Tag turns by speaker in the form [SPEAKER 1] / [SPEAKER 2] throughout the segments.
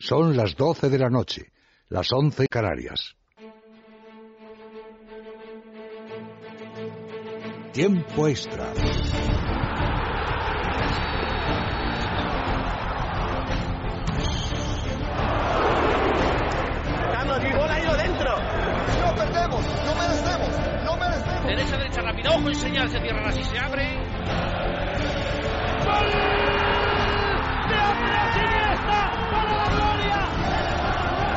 [SPEAKER 1] Son las 12 de la noche, las 11 Canarias. Tiempo extra.
[SPEAKER 2] ¡Vamos, mi bola ha ido dentro!
[SPEAKER 3] ¡No perdemos! ¡No merecemos! ¡No merecemos!
[SPEAKER 4] Derecha, derecha, rápida. Ojo y señal. Se cierran así, se abre.
[SPEAKER 5] ¡Gol! ¡De Andrés Iniesta! ¡Para la gloria!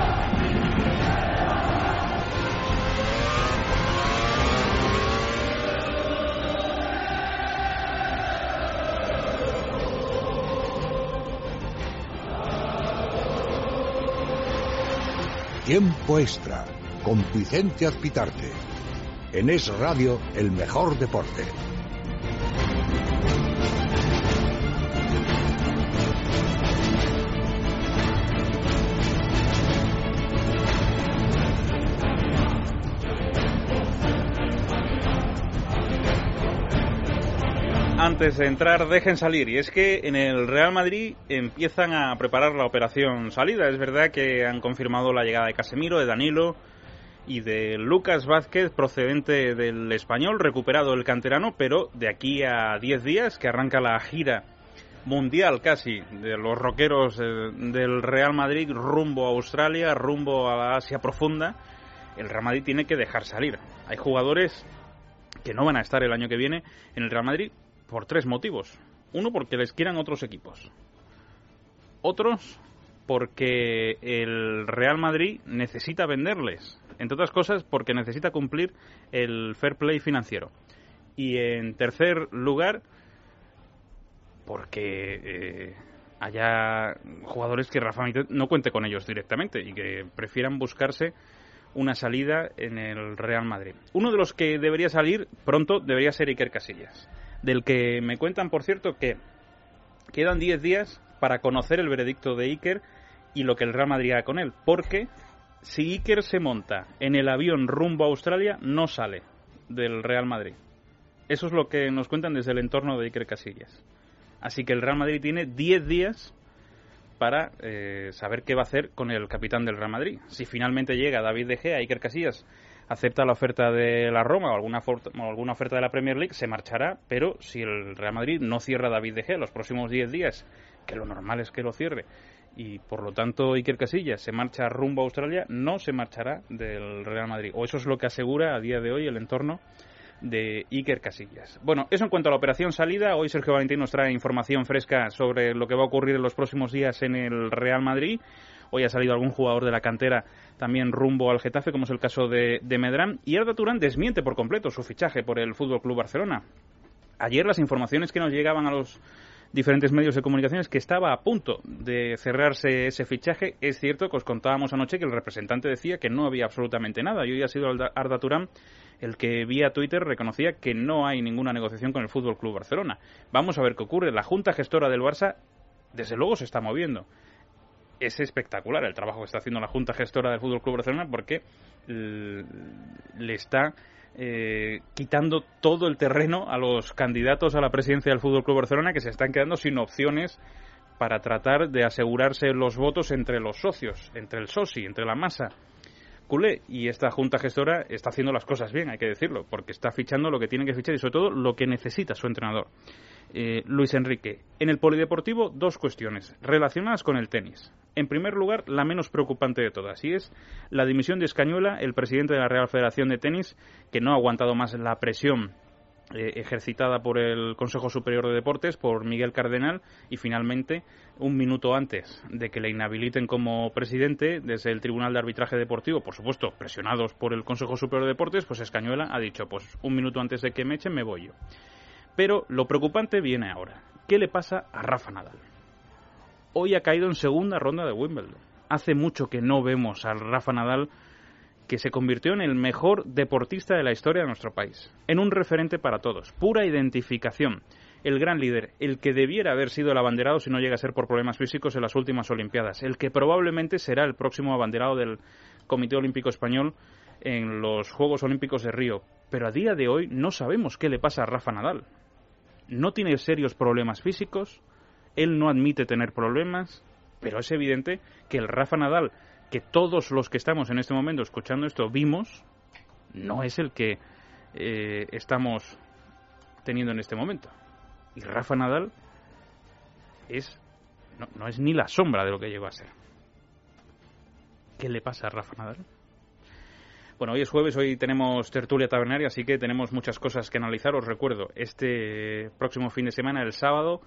[SPEAKER 1] Tiempo extra con Vicente Azpitarte. En Es Radio, el mejor deporte.
[SPEAKER 6] Antes de entrar, dejen salir. Y es que en el Real Madrid empiezan a preparar la operación salida. Es verdad que han confirmado la llegada de Casemiro, de Danilo y de Lucas Vázquez, procedente del español, recuperado el canterano, pero de aquí a 10 días, que arranca la gira mundial casi de los roqueros del Real Madrid rumbo a Australia, rumbo a la Asia profunda, el Real Madrid tiene que dejar salir. Hay jugadores que no van a estar el año que viene en el Real Madrid por tres motivos. Uno, porque les quieran otros equipos. Otros, porque el Real Madrid necesita venderles. Entre otras cosas, porque necesita cumplir el fair play financiero. Y en tercer lugar, porque eh, haya jugadores que Rafa Benítez no cuente con ellos directamente y que prefieran buscarse una salida en el Real Madrid. Uno de los que debería salir pronto debería ser Iker Casillas, del que me cuentan, por cierto, que quedan 10 días para conocer el veredicto de Iker y lo que el Real Madrid haga con él, porque si Iker se monta en el avión rumbo a Australia, no sale del Real Madrid. Eso es lo que nos cuentan desde el entorno de Iker Casillas. Así que el Real Madrid tiene 10 días para eh, saber qué va a hacer con el capitán del Real Madrid. Si finalmente llega David De Gea, Iker Casillas acepta la oferta de la Roma o alguna, o alguna oferta de la Premier League, se marchará, pero si el Real Madrid no cierra a David De Gea los próximos 10 días, que lo normal es que lo cierre, y por lo tanto Iker Casillas se marcha rumbo a Australia, no se marchará del Real Madrid. O eso es lo que asegura a día de hoy el entorno de Iker Casillas. Bueno, eso en cuanto a la operación salida. Hoy Sergio Valentín nos trae información fresca sobre lo que va a ocurrir en los próximos días en el Real Madrid. Hoy ha salido algún jugador de la cantera también rumbo al Getafe, como es el caso de, de Medrán. Y Arda Turán desmiente por completo su fichaje por el Fútbol Club Barcelona. Ayer las informaciones que nos llegaban a los diferentes medios de comunicaciones que estaba a punto de cerrarse ese fichaje. Es cierto que os contábamos anoche que el representante decía que no había absolutamente nada. Y hoy ha sido Arda Turán el que vía Twitter reconocía que no hay ninguna negociación con el Fútbol Club Barcelona. Vamos a ver qué ocurre. La junta gestora del Barça, desde luego, se está moviendo. Es espectacular el trabajo que está haciendo la junta gestora del Fútbol Club Barcelona porque le está eh, quitando todo el terreno a los candidatos a la presidencia del Fútbol Club Barcelona que se están quedando sin opciones para tratar de asegurarse los votos entre los socios, entre el soci, entre la masa culé. Y esta junta gestora está haciendo las cosas bien, hay que decirlo, porque está fichando lo que tiene que fichar y sobre todo lo que necesita su entrenador. Eh, Luis Enrique, en el Polideportivo dos cuestiones relacionadas con el tenis. En primer lugar, la menos preocupante de todas, y es la dimisión de Escañuela, el presidente de la Real Federación de Tenis, que no ha aguantado más la presión eh, ejercitada por el Consejo Superior de Deportes, por Miguel Cardenal, y finalmente, un minuto antes de que le inhabiliten como presidente, desde el Tribunal de Arbitraje Deportivo, por supuesto, presionados por el Consejo Superior de Deportes, pues Escañuela ha dicho, pues un minuto antes de que me echen me voy yo. Pero lo preocupante viene ahora. ¿Qué le pasa a Rafa Nadal? hoy ha caído en segunda ronda de Wimbledon. Hace mucho que no vemos al Rafa Nadal que se convirtió en el mejor deportista de la historia de nuestro país, en un referente para todos, pura identificación, el gran líder, el que debiera haber sido el abanderado si no llega a ser por problemas físicos en las últimas Olimpiadas, el que probablemente será el próximo abanderado del Comité Olímpico Español en los Juegos Olímpicos de Río. Pero a día de hoy no sabemos qué le pasa a Rafa Nadal. No tiene serios problemas físicos, él no admite tener problemas, pero es evidente que el Rafa Nadal, que todos los que estamos en este momento escuchando esto vimos, no es el que eh, estamos teniendo en este momento. Y Rafa Nadal es no, no es ni la sombra de lo que llegó a ser. ¿Qué le pasa a Rafa Nadal? Bueno, hoy es jueves, hoy tenemos tertulia tabernaria, así que tenemos muchas cosas que analizar. Os recuerdo, este próximo fin de semana, el sábado,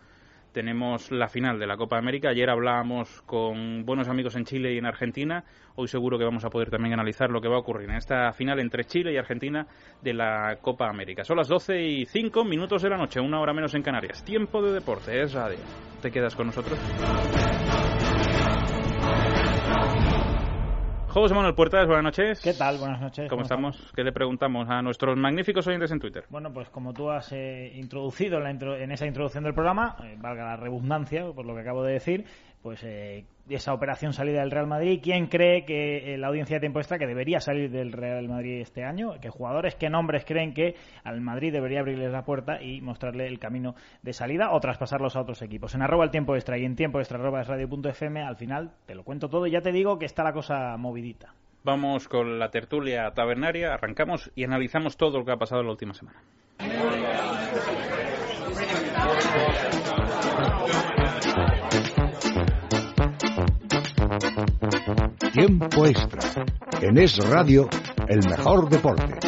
[SPEAKER 6] tenemos la final de la Copa América. Ayer hablábamos con buenos amigos en Chile y en Argentina. Hoy seguro que vamos a poder también analizar lo que va a ocurrir en esta final entre Chile y Argentina de la Copa América. Son las 12 y 5 minutos de la noche, una hora menos en Canarias. Tiempo de deporte, es radio. ¿Te quedas con nosotros? José Manuel Puertas, buenas noches.
[SPEAKER 7] ¿Qué tal? Buenas noches.
[SPEAKER 6] ¿Cómo estamos? ¿Qué le preguntamos a nuestros magníficos oyentes en Twitter?
[SPEAKER 7] Bueno, pues como tú has eh, introducido en, la intro- en esa introducción del programa, eh, valga la redundancia por lo que acabo de decir, pues eh, esa operación salida del Real Madrid, ¿quién cree que eh, la audiencia de tiempo extra que debería salir del Real Madrid este año? ¿Qué jugadores, qué nombres creen que al Madrid debería abrirles la puerta y mostrarle el camino de salida o traspasarlos a otros equipos? En arroba el tiempo extra y en tiempo extra arroba es radio.fm, al final te lo cuento todo y ya te digo que está la cosa movidita.
[SPEAKER 6] Vamos con la tertulia tabernaria, arrancamos y analizamos todo lo que ha pasado en la última semana.
[SPEAKER 1] Tiempo extra. En Es Radio, el mejor deporte.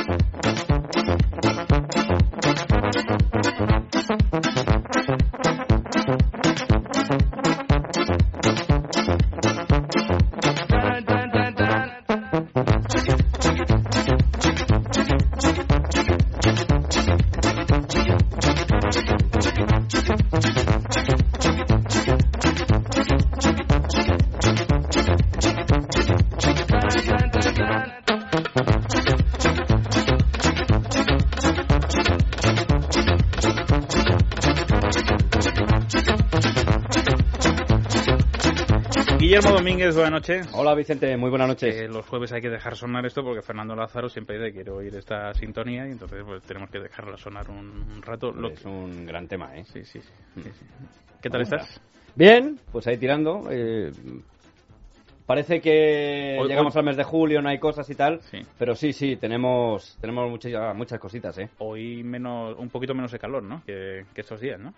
[SPEAKER 6] Guillermo Domínguez, buenas noches.
[SPEAKER 8] Hola Vicente, muy buenas noches.
[SPEAKER 6] Eh, los jueves hay que dejar sonar esto porque Fernando Lázaro siempre dice quiero oír esta sintonía y entonces pues tenemos que dejarla sonar un, un rato. Lo-
[SPEAKER 8] es un gran tema, ¿eh?
[SPEAKER 6] Sí, sí, sí, sí, sí. ¿Qué tal estás?
[SPEAKER 8] Bien, pues ahí tirando. eh, parece que
[SPEAKER 6] Hoy-
[SPEAKER 8] llegamos
[SPEAKER 6] hoy-
[SPEAKER 8] al mes de julio, no hay cosas y tal.
[SPEAKER 6] Sí.
[SPEAKER 8] Pero sí, sí, tenemos, tenemos muchas, muchas cositas, ¿eh?
[SPEAKER 6] Hoy menos, un poquito menos de calor, ¿no? Que, que estos días, ¿no?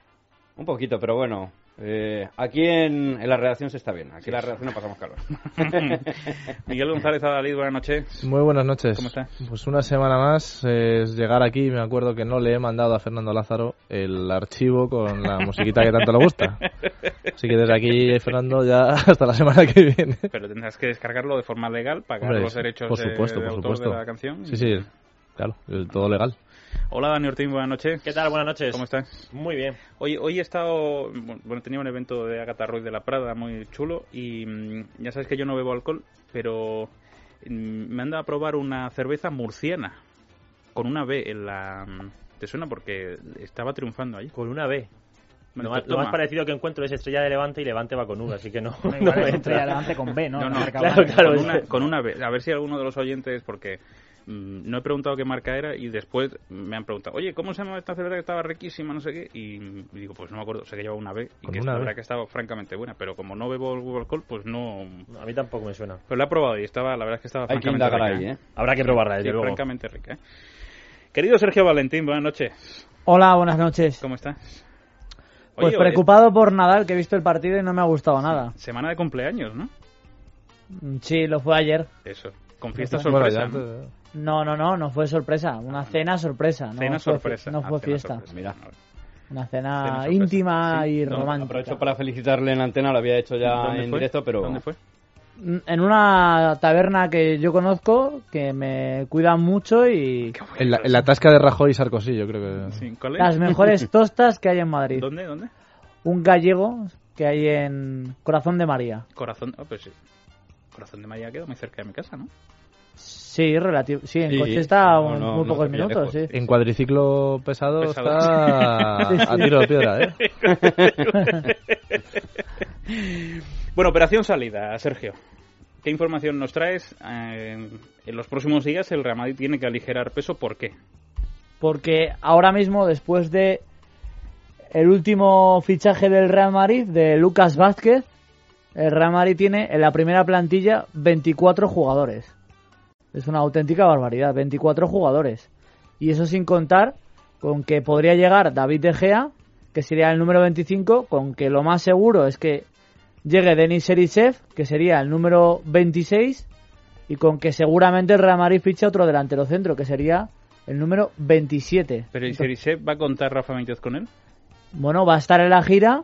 [SPEAKER 8] Un poquito, pero bueno. eh, aquí en, en la redacción se está bien. Aquí
[SPEAKER 6] Sí.
[SPEAKER 8] en la redacción no pasamos calor.
[SPEAKER 9] Ah,
[SPEAKER 6] Miguel González Adalid, buenas noches.
[SPEAKER 10] Muy buenas noches.
[SPEAKER 6] ¿Cómo estás?
[SPEAKER 10] Pues una semana más eh, es llegar aquí. Me acuerdo que no le he mandado a Fernando Lázaro el archivo con la musiquita que tanto le gusta. Así que desde aquí, Fernando, ya hasta la semana que viene.
[SPEAKER 6] Pero tendrás que descargarlo de forma legal, pagar
[SPEAKER 10] Hombre,
[SPEAKER 6] los derechos
[SPEAKER 10] por
[SPEAKER 6] de-
[SPEAKER 10] supuesto,
[SPEAKER 6] de
[SPEAKER 10] por
[SPEAKER 6] autor
[SPEAKER 10] supuesto.
[SPEAKER 6] de la canción.
[SPEAKER 10] Sí, sí, claro, eh, todo legal.
[SPEAKER 6] Hola Dani Ortín, buenas noches.
[SPEAKER 11] ¿Qué tal? Buenas noches.
[SPEAKER 6] ¿Cómo estás?
[SPEAKER 11] Muy bien.
[SPEAKER 6] Hoy, hoy he estado, bueno, tenía un evento de Agatha Ruiz de la Prada muy chulo y mm, ya sabes que yo no bebo alcohol, pero mm, me han dado a probar una cerveza murciana con una B en la... mm, ¿Te suena? Porque estaba triunfando ahí.
[SPEAKER 11] Con una B. Lo
[SPEAKER 6] Bueno, pues
[SPEAKER 11] más, lo
[SPEAKER 6] toma.
[SPEAKER 11] más parecido que encuentro es Estrella de Levante y Levante va con V, así que no.
[SPEAKER 7] No,
[SPEAKER 11] no
[SPEAKER 7] igual es
[SPEAKER 11] me
[SPEAKER 7] entre
[SPEAKER 11] entra.
[SPEAKER 7] adelante con B, ¿no?
[SPEAKER 6] No,
[SPEAKER 7] La
[SPEAKER 6] no,
[SPEAKER 7] marca
[SPEAKER 11] claro,
[SPEAKER 7] blanca.
[SPEAKER 11] claro.
[SPEAKER 6] con,
[SPEAKER 11] es-
[SPEAKER 6] una, con una B. A ver si alguno de los oyentes, porque mm, no he preguntado qué marca era y después me han preguntado, oye, ¿cómo se llama esta cerveza que estaba riquísima, no sé qué? Y, mm, digo, pues no me acuerdo, sé que llevaba una B y
[SPEAKER 10] Con
[SPEAKER 6] que
[SPEAKER 10] una
[SPEAKER 6] la
[SPEAKER 10] B.
[SPEAKER 6] verdad que estaba francamente buena, pero como no bebo alcohol, pues no...
[SPEAKER 11] A mí tampoco me suena.
[SPEAKER 6] Pero la he probado y estaba, la verdad es que estaba
[SPEAKER 8] hay que
[SPEAKER 6] francamente
[SPEAKER 8] indagar
[SPEAKER 6] rica.
[SPEAKER 8] ahí, ¿eh?
[SPEAKER 11] Habrá que probarla,
[SPEAKER 6] Sí,
[SPEAKER 11] desde luego.
[SPEAKER 6] francamente rica, ¿eh? Querido Sergio Valentín, buenas noches. Ah,
[SPEAKER 9] Hola, buenas noches.
[SPEAKER 6] ¿Cómo estás?
[SPEAKER 9] Pues
[SPEAKER 6] Oye,
[SPEAKER 9] preocupado por Nadal, que he visto el partido y no me ha gustado nada.
[SPEAKER 6] eh, Semana de cumpleaños, ¿no?
[SPEAKER 9] Mm, Sí, lo fue ayer.
[SPEAKER 6] Eso. Con fiesta
[SPEAKER 10] Bueno,
[SPEAKER 6] sorpresa.
[SPEAKER 10] ya
[SPEAKER 6] ¿no?
[SPEAKER 10] antes-
[SPEAKER 9] No, no, no, no fue sorpresa. Una cena sorpresa. No
[SPEAKER 6] Cena
[SPEAKER 9] fue,
[SPEAKER 6] sorpresa.
[SPEAKER 9] No
[SPEAKER 6] Ah,
[SPEAKER 9] fue
[SPEAKER 6] cena
[SPEAKER 9] fiesta.
[SPEAKER 6] sorpresa.
[SPEAKER 8] Mira.
[SPEAKER 6] Cena
[SPEAKER 9] Una cena
[SPEAKER 6] sorpresa.
[SPEAKER 9] íntima
[SPEAKER 6] Sí,
[SPEAKER 9] y
[SPEAKER 6] no,
[SPEAKER 9] romántica.
[SPEAKER 8] Aprovecho para felicitarle en antena, lo había hecho ya
[SPEAKER 6] ¿Dónde
[SPEAKER 8] en
[SPEAKER 6] fue?
[SPEAKER 8] directo, pero
[SPEAKER 6] ¿Dónde fue?
[SPEAKER 9] Mm, En una taberna que yo conozco, que me cuidan mucho y
[SPEAKER 10] En la, en la tasca de Rajoy y Sarkozy, yo creo que.
[SPEAKER 6] Pues Sí, ¿Cuál es?
[SPEAKER 9] las mejores tostas que hay en Madrid.
[SPEAKER 6] ¿Dónde? ¿Dónde?
[SPEAKER 9] Un gallego que hay en Corazón de María.
[SPEAKER 6] Corazón. Ah, pues sí. Corazón de María queda muy cerca de mi casa, ¿no?
[SPEAKER 9] Sí, relativo. Sí, en
[SPEAKER 8] Sí,
[SPEAKER 9] coche está
[SPEAKER 8] no,
[SPEAKER 9] un-
[SPEAKER 8] no,
[SPEAKER 9] muy
[SPEAKER 8] no
[SPEAKER 9] pocos
[SPEAKER 8] te pilla
[SPEAKER 9] minutos,
[SPEAKER 8] lejos,
[SPEAKER 9] sí.
[SPEAKER 10] En cuadriciclo pesado,
[SPEAKER 6] Pesado.
[SPEAKER 10] está a tiro de piedra, ¿eh? ¿eh?
[SPEAKER 6] Bueno, operación salida, Sergio. ¿Qué información nos traes? Eh, en los próximos días el Real Madrid tiene que aligerar peso. ¿Por qué?
[SPEAKER 9] porque ahora mismo después de el último fichaje del Real Madrid de Lucas Vázquez el Real Madrid tiene en la primera plantilla 24 jugadores. Es una auténtica barbaridad, 24 jugadores. Y eso sin contar con que podría llegar David De Gea, que sería el número 25, con que lo más seguro es que llegue Denis Serisev, que sería el número 26, y con que seguramente el Real Madrid ficha otro delantero centro, que sería el número 27.
[SPEAKER 6] Pero ¿y
[SPEAKER 9] Entonces,
[SPEAKER 6] Serisev va a contar Rafa Benítez con él?
[SPEAKER 9] bueno, va a estar en la gira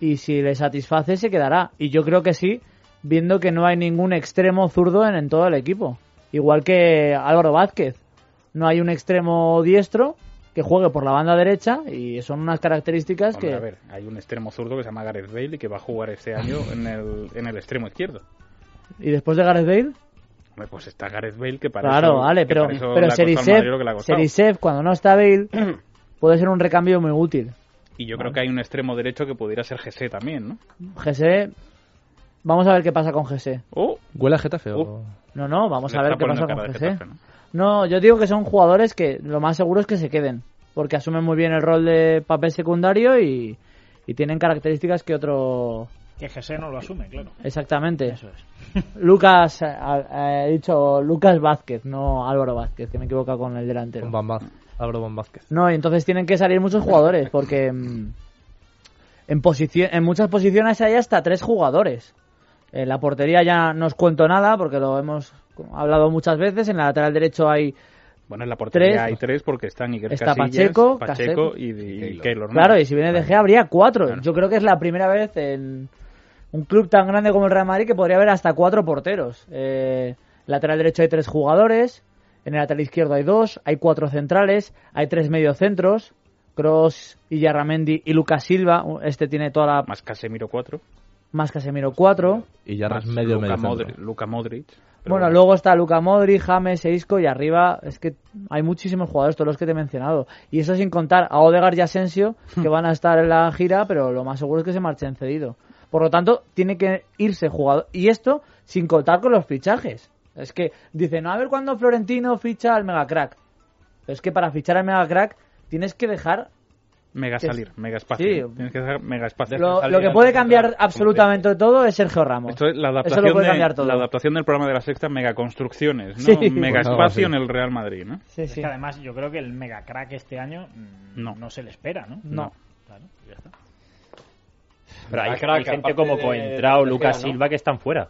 [SPEAKER 9] y si le satisface se quedará. Y yo creo que sí, viendo que no hay ningún extremo zurdo en, en todo el equipo. Igual que Álvaro Vázquez. No hay un extremo diestro que juegue por la banda derecha y son unas características
[SPEAKER 6] Hombre,
[SPEAKER 9] que...
[SPEAKER 6] a ver, hay un extremo zurdo que se llama Gareth Bale y que va a jugar este año en el, en el extremo izquierdo.
[SPEAKER 9] Y después de Gareth Bale,
[SPEAKER 6] Hombre, pues está Gareth Bale que para
[SPEAKER 9] claro,
[SPEAKER 6] eso-
[SPEAKER 9] vale,
[SPEAKER 6] que
[SPEAKER 9] pero,
[SPEAKER 6] para eso le
[SPEAKER 9] pero
[SPEAKER 6] ha costado al Madrid lo que le ha
[SPEAKER 9] Serisev,
[SPEAKER 6] costado.
[SPEAKER 9] Serisev, cuando no está Bale, puede ser un recambio muy útil.
[SPEAKER 6] Y yo creo que hay un extremo derecho que pudiera ser GC también, ¿no?
[SPEAKER 9] Gese, vamos a ver qué pasa con Gese.
[SPEAKER 6] Oh,
[SPEAKER 10] ¿Huele a Getafe o...?
[SPEAKER 6] Uh.
[SPEAKER 9] No, no, vamos
[SPEAKER 6] Le
[SPEAKER 9] a ver
[SPEAKER 6] está
[SPEAKER 9] qué pasa
[SPEAKER 6] poniendo
[SPEAKER 9] con
[SPEAKER 6] cara de
[SPEAKER 9] Gese.
[SPEAKER 6] Getafe,
[SPEAKER 9] No, yo digo que son jugadores que lo más seguro es que se queden, porque asumen muy bien el rol de papel secundario y, y tienen características que otro...
[SPEAKER 7] Que Jesse no lo asume, claro.
[SPEAKER 9] Exactamente.
[SPEAKER 7] Eso es.
[SPEAKER 9] Lucas, eh, eh, he dicho Lucas Vázquez, no Álvaro Vázquez, que me equivoco con el delantero.
[SPEAKER 10] Con Van Vaz- Álvaro Van Vázquez.
[SPEAKER 9] No, y entonces tienen que salir muchos jugadores, porque mm, en, posici- en muchas posiciones hay hasta tres jugadores. En la portería ya no os cuento nada, porque lo hemos hablado muchas veces. En la lateral derecho hay.
[SPEAKER 6] Bueno, en la portería
[SPEAKER 9] Tres.
[SPEAKER 6] hay tres porque están Iker
[SPEAKER 9] Está
[SPEAKER 6] Casillas,
[SPEAKER 9] Pacheco,
[SPEAKER 6] Pacheco
[SPEAKER 9] Caseco.
[SPEAKER 6] y, y Keylor. ¿no?
[SPEAKER 9] Claro, y si viene De Gea habría cuatro.
[SPEAKER 6] Claro.
[SPEAKER 9] Yo creo que es la primera vez en un club tan grande como el Real Madrid que podría haber hasta cuatro porteros. Eh, lateral derecho hay tres jugadores. En el lateral izquierdo hay dos. Hay cuatro centrales. Hay tres mediocentros. Cross, Illarramendi y Lucas Silva. Este tiene toda la
[SPEAKER 6] Más Casemiro cuatro.
[SPEAKER 9] Más Casemiro 4.
[SPEAKER 10] Y ya es
[SPEAKER 6] más
[SPEAKER 10] medio
[SPEAKER 6] Luka
[SPEAKER 10] medio
[SPEAKER 6] Modric, Luka Modric. Pero
[SPEAKER 9] Bueno, luego está Luca Modri, James, Isco y arriba es que hay muchísimos jugadores, todos los que te he mencionado. Y eso sin contar a Odegar y Asensio, que van a estar en la gira, pero lo más seguro es que se marchen cedido. Por lo tanto, tiene que irse jugador. Y esto sin contar con los fichajes. Es que dicen, a ver cuándo Florentino ficha al Megacrack. Pero es que para fichar al Megacrack tienes que dejar
[SPEAKER 6] Mega
[SPEAKER 9] que-
[SPEAKER 6] salir, mega espacio.
[SPEAKER 9] Sí.
[SPEAKER 6] Tienes que dejar mega espacio.
[SPEAKER 9] lo, lo que puede cambiar absolutamente todo es Sergio Ramos.
[SPEAKER 6] Esto es la
[SPEAKER 9] Eso lo
[SPEAKER 6] adaptación,
[SPEAKER 9] puede
[SPEAKER 6] de-
[SPEAKER 9] cambiar todo.
[SPEAKER 6] la adaptación del programa de la sexta, mega construcciones, ¿no?
[SPEAKER 9] Sí.
[SPEAKER 6] Mega
[SPEAKER 10] Pues algo
[SPEAKER 6] espacio en
[SPEAKER 10] así.
[SPEAKER 6] el Real Madrid, ¿no?
[SPEAKER 9] Sí,
[SPEAKER 7] Es
[SPEAKER 9] sí.
[SPEAKER 7] que además yo creo que el mega crack este año mm,
[SPEAKER 6] No.
[SPEAKER 7] se le espera, ¿no?
[SPEAKER 9] No.
[SPEAKER 7] Claro, ya está.
[SPEAKER 11] Pero hay, hay
[SPEAKER 8] Crack,
[SPEAKER 11] gente
[SPEAKER 8] aparte
[SPEAKER 11] como
[SPEAKER 8] de-
[SPEAKER 11] Coentrao,
[SPEAKER 8] de
[SPEAKER 11] Lucas
[SPEAKER 8] Gea, ¿no?
[SPEAKER 11] Silva que están fuera.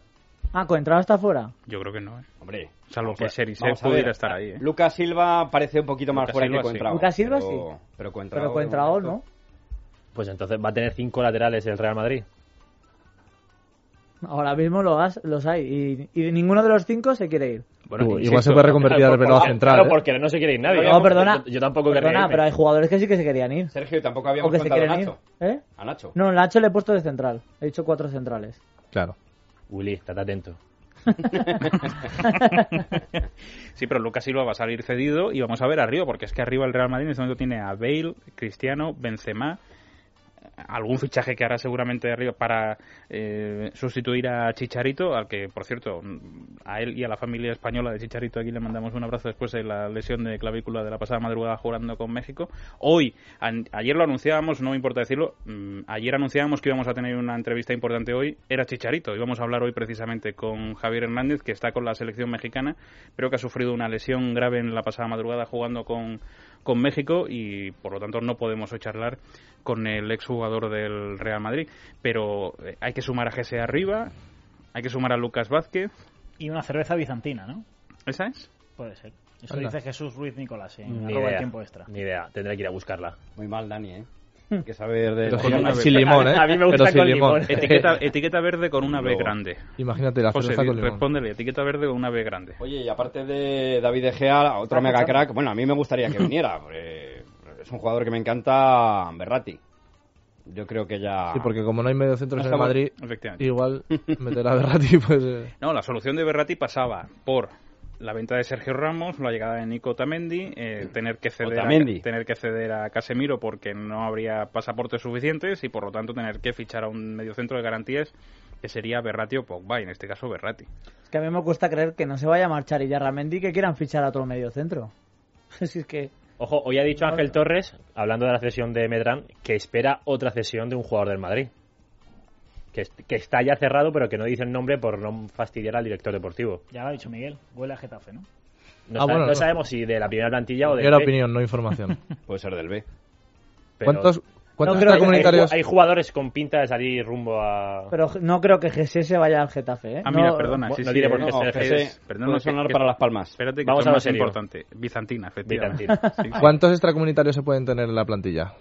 [SPEAKER 9] Ah, Coentrado está fuera.
[SPEAKER 6] Yo creo que no, ¿eh?
[SPEAKER 8] Hombre,
[SPEAKER 6] Salvo que
[SPEAKER 8] Vamos a-
[SPEAKER 6] Serisev
[SPEAKER 8] vamos a
[SPEAKER 6] pudiera
[SPEAKER 8] ver.
[SPEAKER 6] estar ahí, ¿eh?
[SPEAKER 8] Lucas Silva parece un poquito más
[SPEAKER 6] Lucas
[SPEAKER 8] fuera
[SPEAKER 6] Silva,
[SPEAKER 8] que
[SPEAKER 6] sí.
[SPEAKER 8] Coentrao.
[SPEAKER 9] Lucas Silva,
[SPEAKER 8] pero,
[SPEAKER 9] sí.
[SPEAKER 8] Pero Coentrao,
[SPEAKER 9] Pero
[SPEAKER 8] de
[SPEAKER 9] Coentrao
[SPEAKER 8] momento,
[SPEAKER 9] no.
[SPEAKER 11] Pues entonces va a tener cinco laterales el Real Madrid.
[SPEAKER 9] Ahora mismo lo has- los hay y, y ninguno de los cinco se quiere ir.
[SPEAKER 10] Uy, igual
[SPEAKER 6] insisto,
[SPEAKER 10] se puede reconvertir a
[SPEAKER 11] Por-
[SPEAKER 10] revelado
[SPEAKER 11] por-
[SPEAKER 10] central.
[SPEAKER 11] Claro,
[SPEAKER 10] ¿eh?
[SPEAKER 11] porque no se quiere ir nadie.
[SPEAKER 9] No, perdona.
[SPEAKER 11] Yo tampoco querría
[SPEAKER 9] Perdona,
[SPEAKER 11] irme.
[SPEAKER 9] pero hay jugadores que sí que se querían ir.
[SPEAKER 8] Sergio, tampoco
[SPEAKER 9] O
[SPEAKER 8] habíamos
[SPEAKER 9] que se
[SPEAKER 8] contado a
[SPEAKER 9] quieren ir.
[SPEAKER 8] Nacho.
[SPEAKER 9] ¿Eh?
[SPEAKER 8] A Nacho.
[SPEAKER 9] No, Nacho le he puesto de central. He dicho cuatro centrales.
[SPEAKER 10] Claro.
[SPEAKER 11] Willy, estate atento.
[SPEAKER 6] Sí, pero Lucas Silva va a salir cedido y vamos a ver arriba, porque es que arriba el Real Madrid en este momento tiene a Bale, Cristiano, Benzema, algún fichaje que hará seguramente de arriba para eh, sustituir a Chicharito, al que, por cierto, a él y a la familia española de Chicharito aquí le mandamos un abrazo después de la lesión de clavícula de la pasada madrugada jugando con México. Hoy, an- ayer lo anunciábamos, no me importa decirlo, mm, ayer anunciábamos que íbamos a tener una entrevista importante hoy, era Chicharito, íbamos a hablar hoy precisamente con Javier Hernández, que está con la selección mexicana, pero que ha sufrido una lesión grave en la pasada madrugada jugando con, con México y por lo tanto no podemos hoy charlar con el exjugador del Real Madrid. Pero eh, hay que sumar a Gese arriba, hay que sumar a Lucas Vázquez,
[SPEAKER 7] Y una cerveza bizantina, ¿no?
[SPEAKER 6] ¿esa es?
[SPEAKER 7] Puede ser. Eso
[SPEAKER 10] Anda.
[SPEAKER 7] dice Jesús Ruiz Nicolás en
[SPEAKER 11] Ni
[SPEAKER 7] arroba el
[SPEAKER 11] idea.
[SPEAKER 7] tiempo extra.
[SPEAKER 11] Ni idea. Tendré que ir a buscarla.
[SPEAKER 8] Muy mal, Dani, ¿eh? Hay que saber de...
[SPEAKER 10] Hmm. Pero
[SPEAKER 6] con
[SPEAKER 10] sin,
[SPEAKER 6] una
[SPEAKER 10] sin
[SPEAKER 6] vez.
[SPEAKER 10] limón, ¿eh?
[SPEAKER 11] A mí me gusta
[SPEAKER 10] Pero sin
[SPEAKER 11] con
[SPEAKER 10] limón.
[SPEAKER 11] limón.
[SPEAKER 6] Etiqueta, etiqueta verde con una B
[SPEAKER 8] Luego.
[SPEAKER 6] grande.
[SPEAKER 10] Imagínate la
[SPEAKER 6] José,
[SPEAKER 10] cerveza con limón.
[SPEAKER 6] respóndele, etiqueta verde con una B grande.
[SPEAKER 8] Oye, y aparte de David De Gea, otro mega crack, bueno, a mí me gustaría que viniera, porque es un jugador que me encanta, Berratti. Yo creo que ya...
[SPEAKER 10] Sí, porque como no hay mediocentros en el
[SPEAKER 8] Estamos-
[SPEAKER 10] Madrid,
[SPEAKER 6] Efectivamente.
[SPEAKER 10] igual meter a Berratti, pues... eh,
[SPEAKER 6] No, la solución de Berratti pasaba por la venta de Sergio Ramos, la llegada de Nico Otamendi, eh, tener que ceder a,
[SPEAKER 8] Otamendi.
[SPEAKER 6] tener que ceder a Casemiro porque no habría pasaportes suficientes y por lo tanto tener que fichar a un mediocentro de garantías que sería Berratti o Pogba, y en este caso Berratti.
[SPEAKER 9] Es que a mí me cuesta creer que no se vaya a marchar Illarramendi y que quieran fichar a otro medio centro. Si es que
[SPEAKER 11] Ojo, hoy ha dicho Ángel Torres, hablando de la cesión de Medrán, que espera otra cesión de un jugador del Madrid. que, est- que está ya cerrado, pero que no dice el nombre por no fastidiar al director deportivo.
[SPEAKER 7] Ya lo ha dicho Miguel, huele a Getafe, ¿no?
[SPEAKER 11] No,
[SPEAKER 10] Ah,
[SPEAKER 11] sabe-
[SPEAKER 10] bueno,
[SPEAKER 11] no
[SPEAKER 10] no.
[SPEAKER 11] sabemos si de la primera plantilla o de.
[SPEAKER 10] Era opinión, no información.
[SPEAKER 8] Puede ser del B.
[SPEAKER 10] ¿Cuántos, cuántos
[SPEAKER 11] hay,
[SPEAKER 10] extracomunitarios?
[SPEAKER 11] hay jugadores con pinta de salir rumbo a.
[SPEAKER 9] Pero no creo que Gese se vaya al Getafe, ¿eh?
[SPEAKER 6] Ah,
[SPEAKER 9] No-
[SPEAKER 6] mira, perdona.
[SPEAKER 11] no-
[SPEAKER 6] sí,
[SPEAKER 11] no
[SPEAKER 6] sí,
[SPEAKER 11] diré por
[SPEAKER 6] es-
[SPEAKER 11] qué
[SPEAKER 8] No,
[SPEAKER 11] es-
[SPEAKER 8] Gese
[SPEAKER 6] es- perdona,
[SPEAKER 8] puede
[SPEAKER 6] es que-
[SPEAKER 8] sonar
[SPEAKER 6] que-
[SPEAKER 8] para Las Palmas.
[SPEAKER 6] Espérate, que
[SPEAKER 11] Vamos
[SPEAKER 6] es
[SPEAKER 11] a lo
[SPEAKER 6] más
[SPEAKER 11] serio.
[SPEAKER 6] importante. Bizantina, efectivamente.
[SPEAKER 11] Bizantina.
[SPEAKER 6] Sí, sí.
[SPEAKER 10] ¿Cuántos extracomunitarios se pueden tener en la plantilla?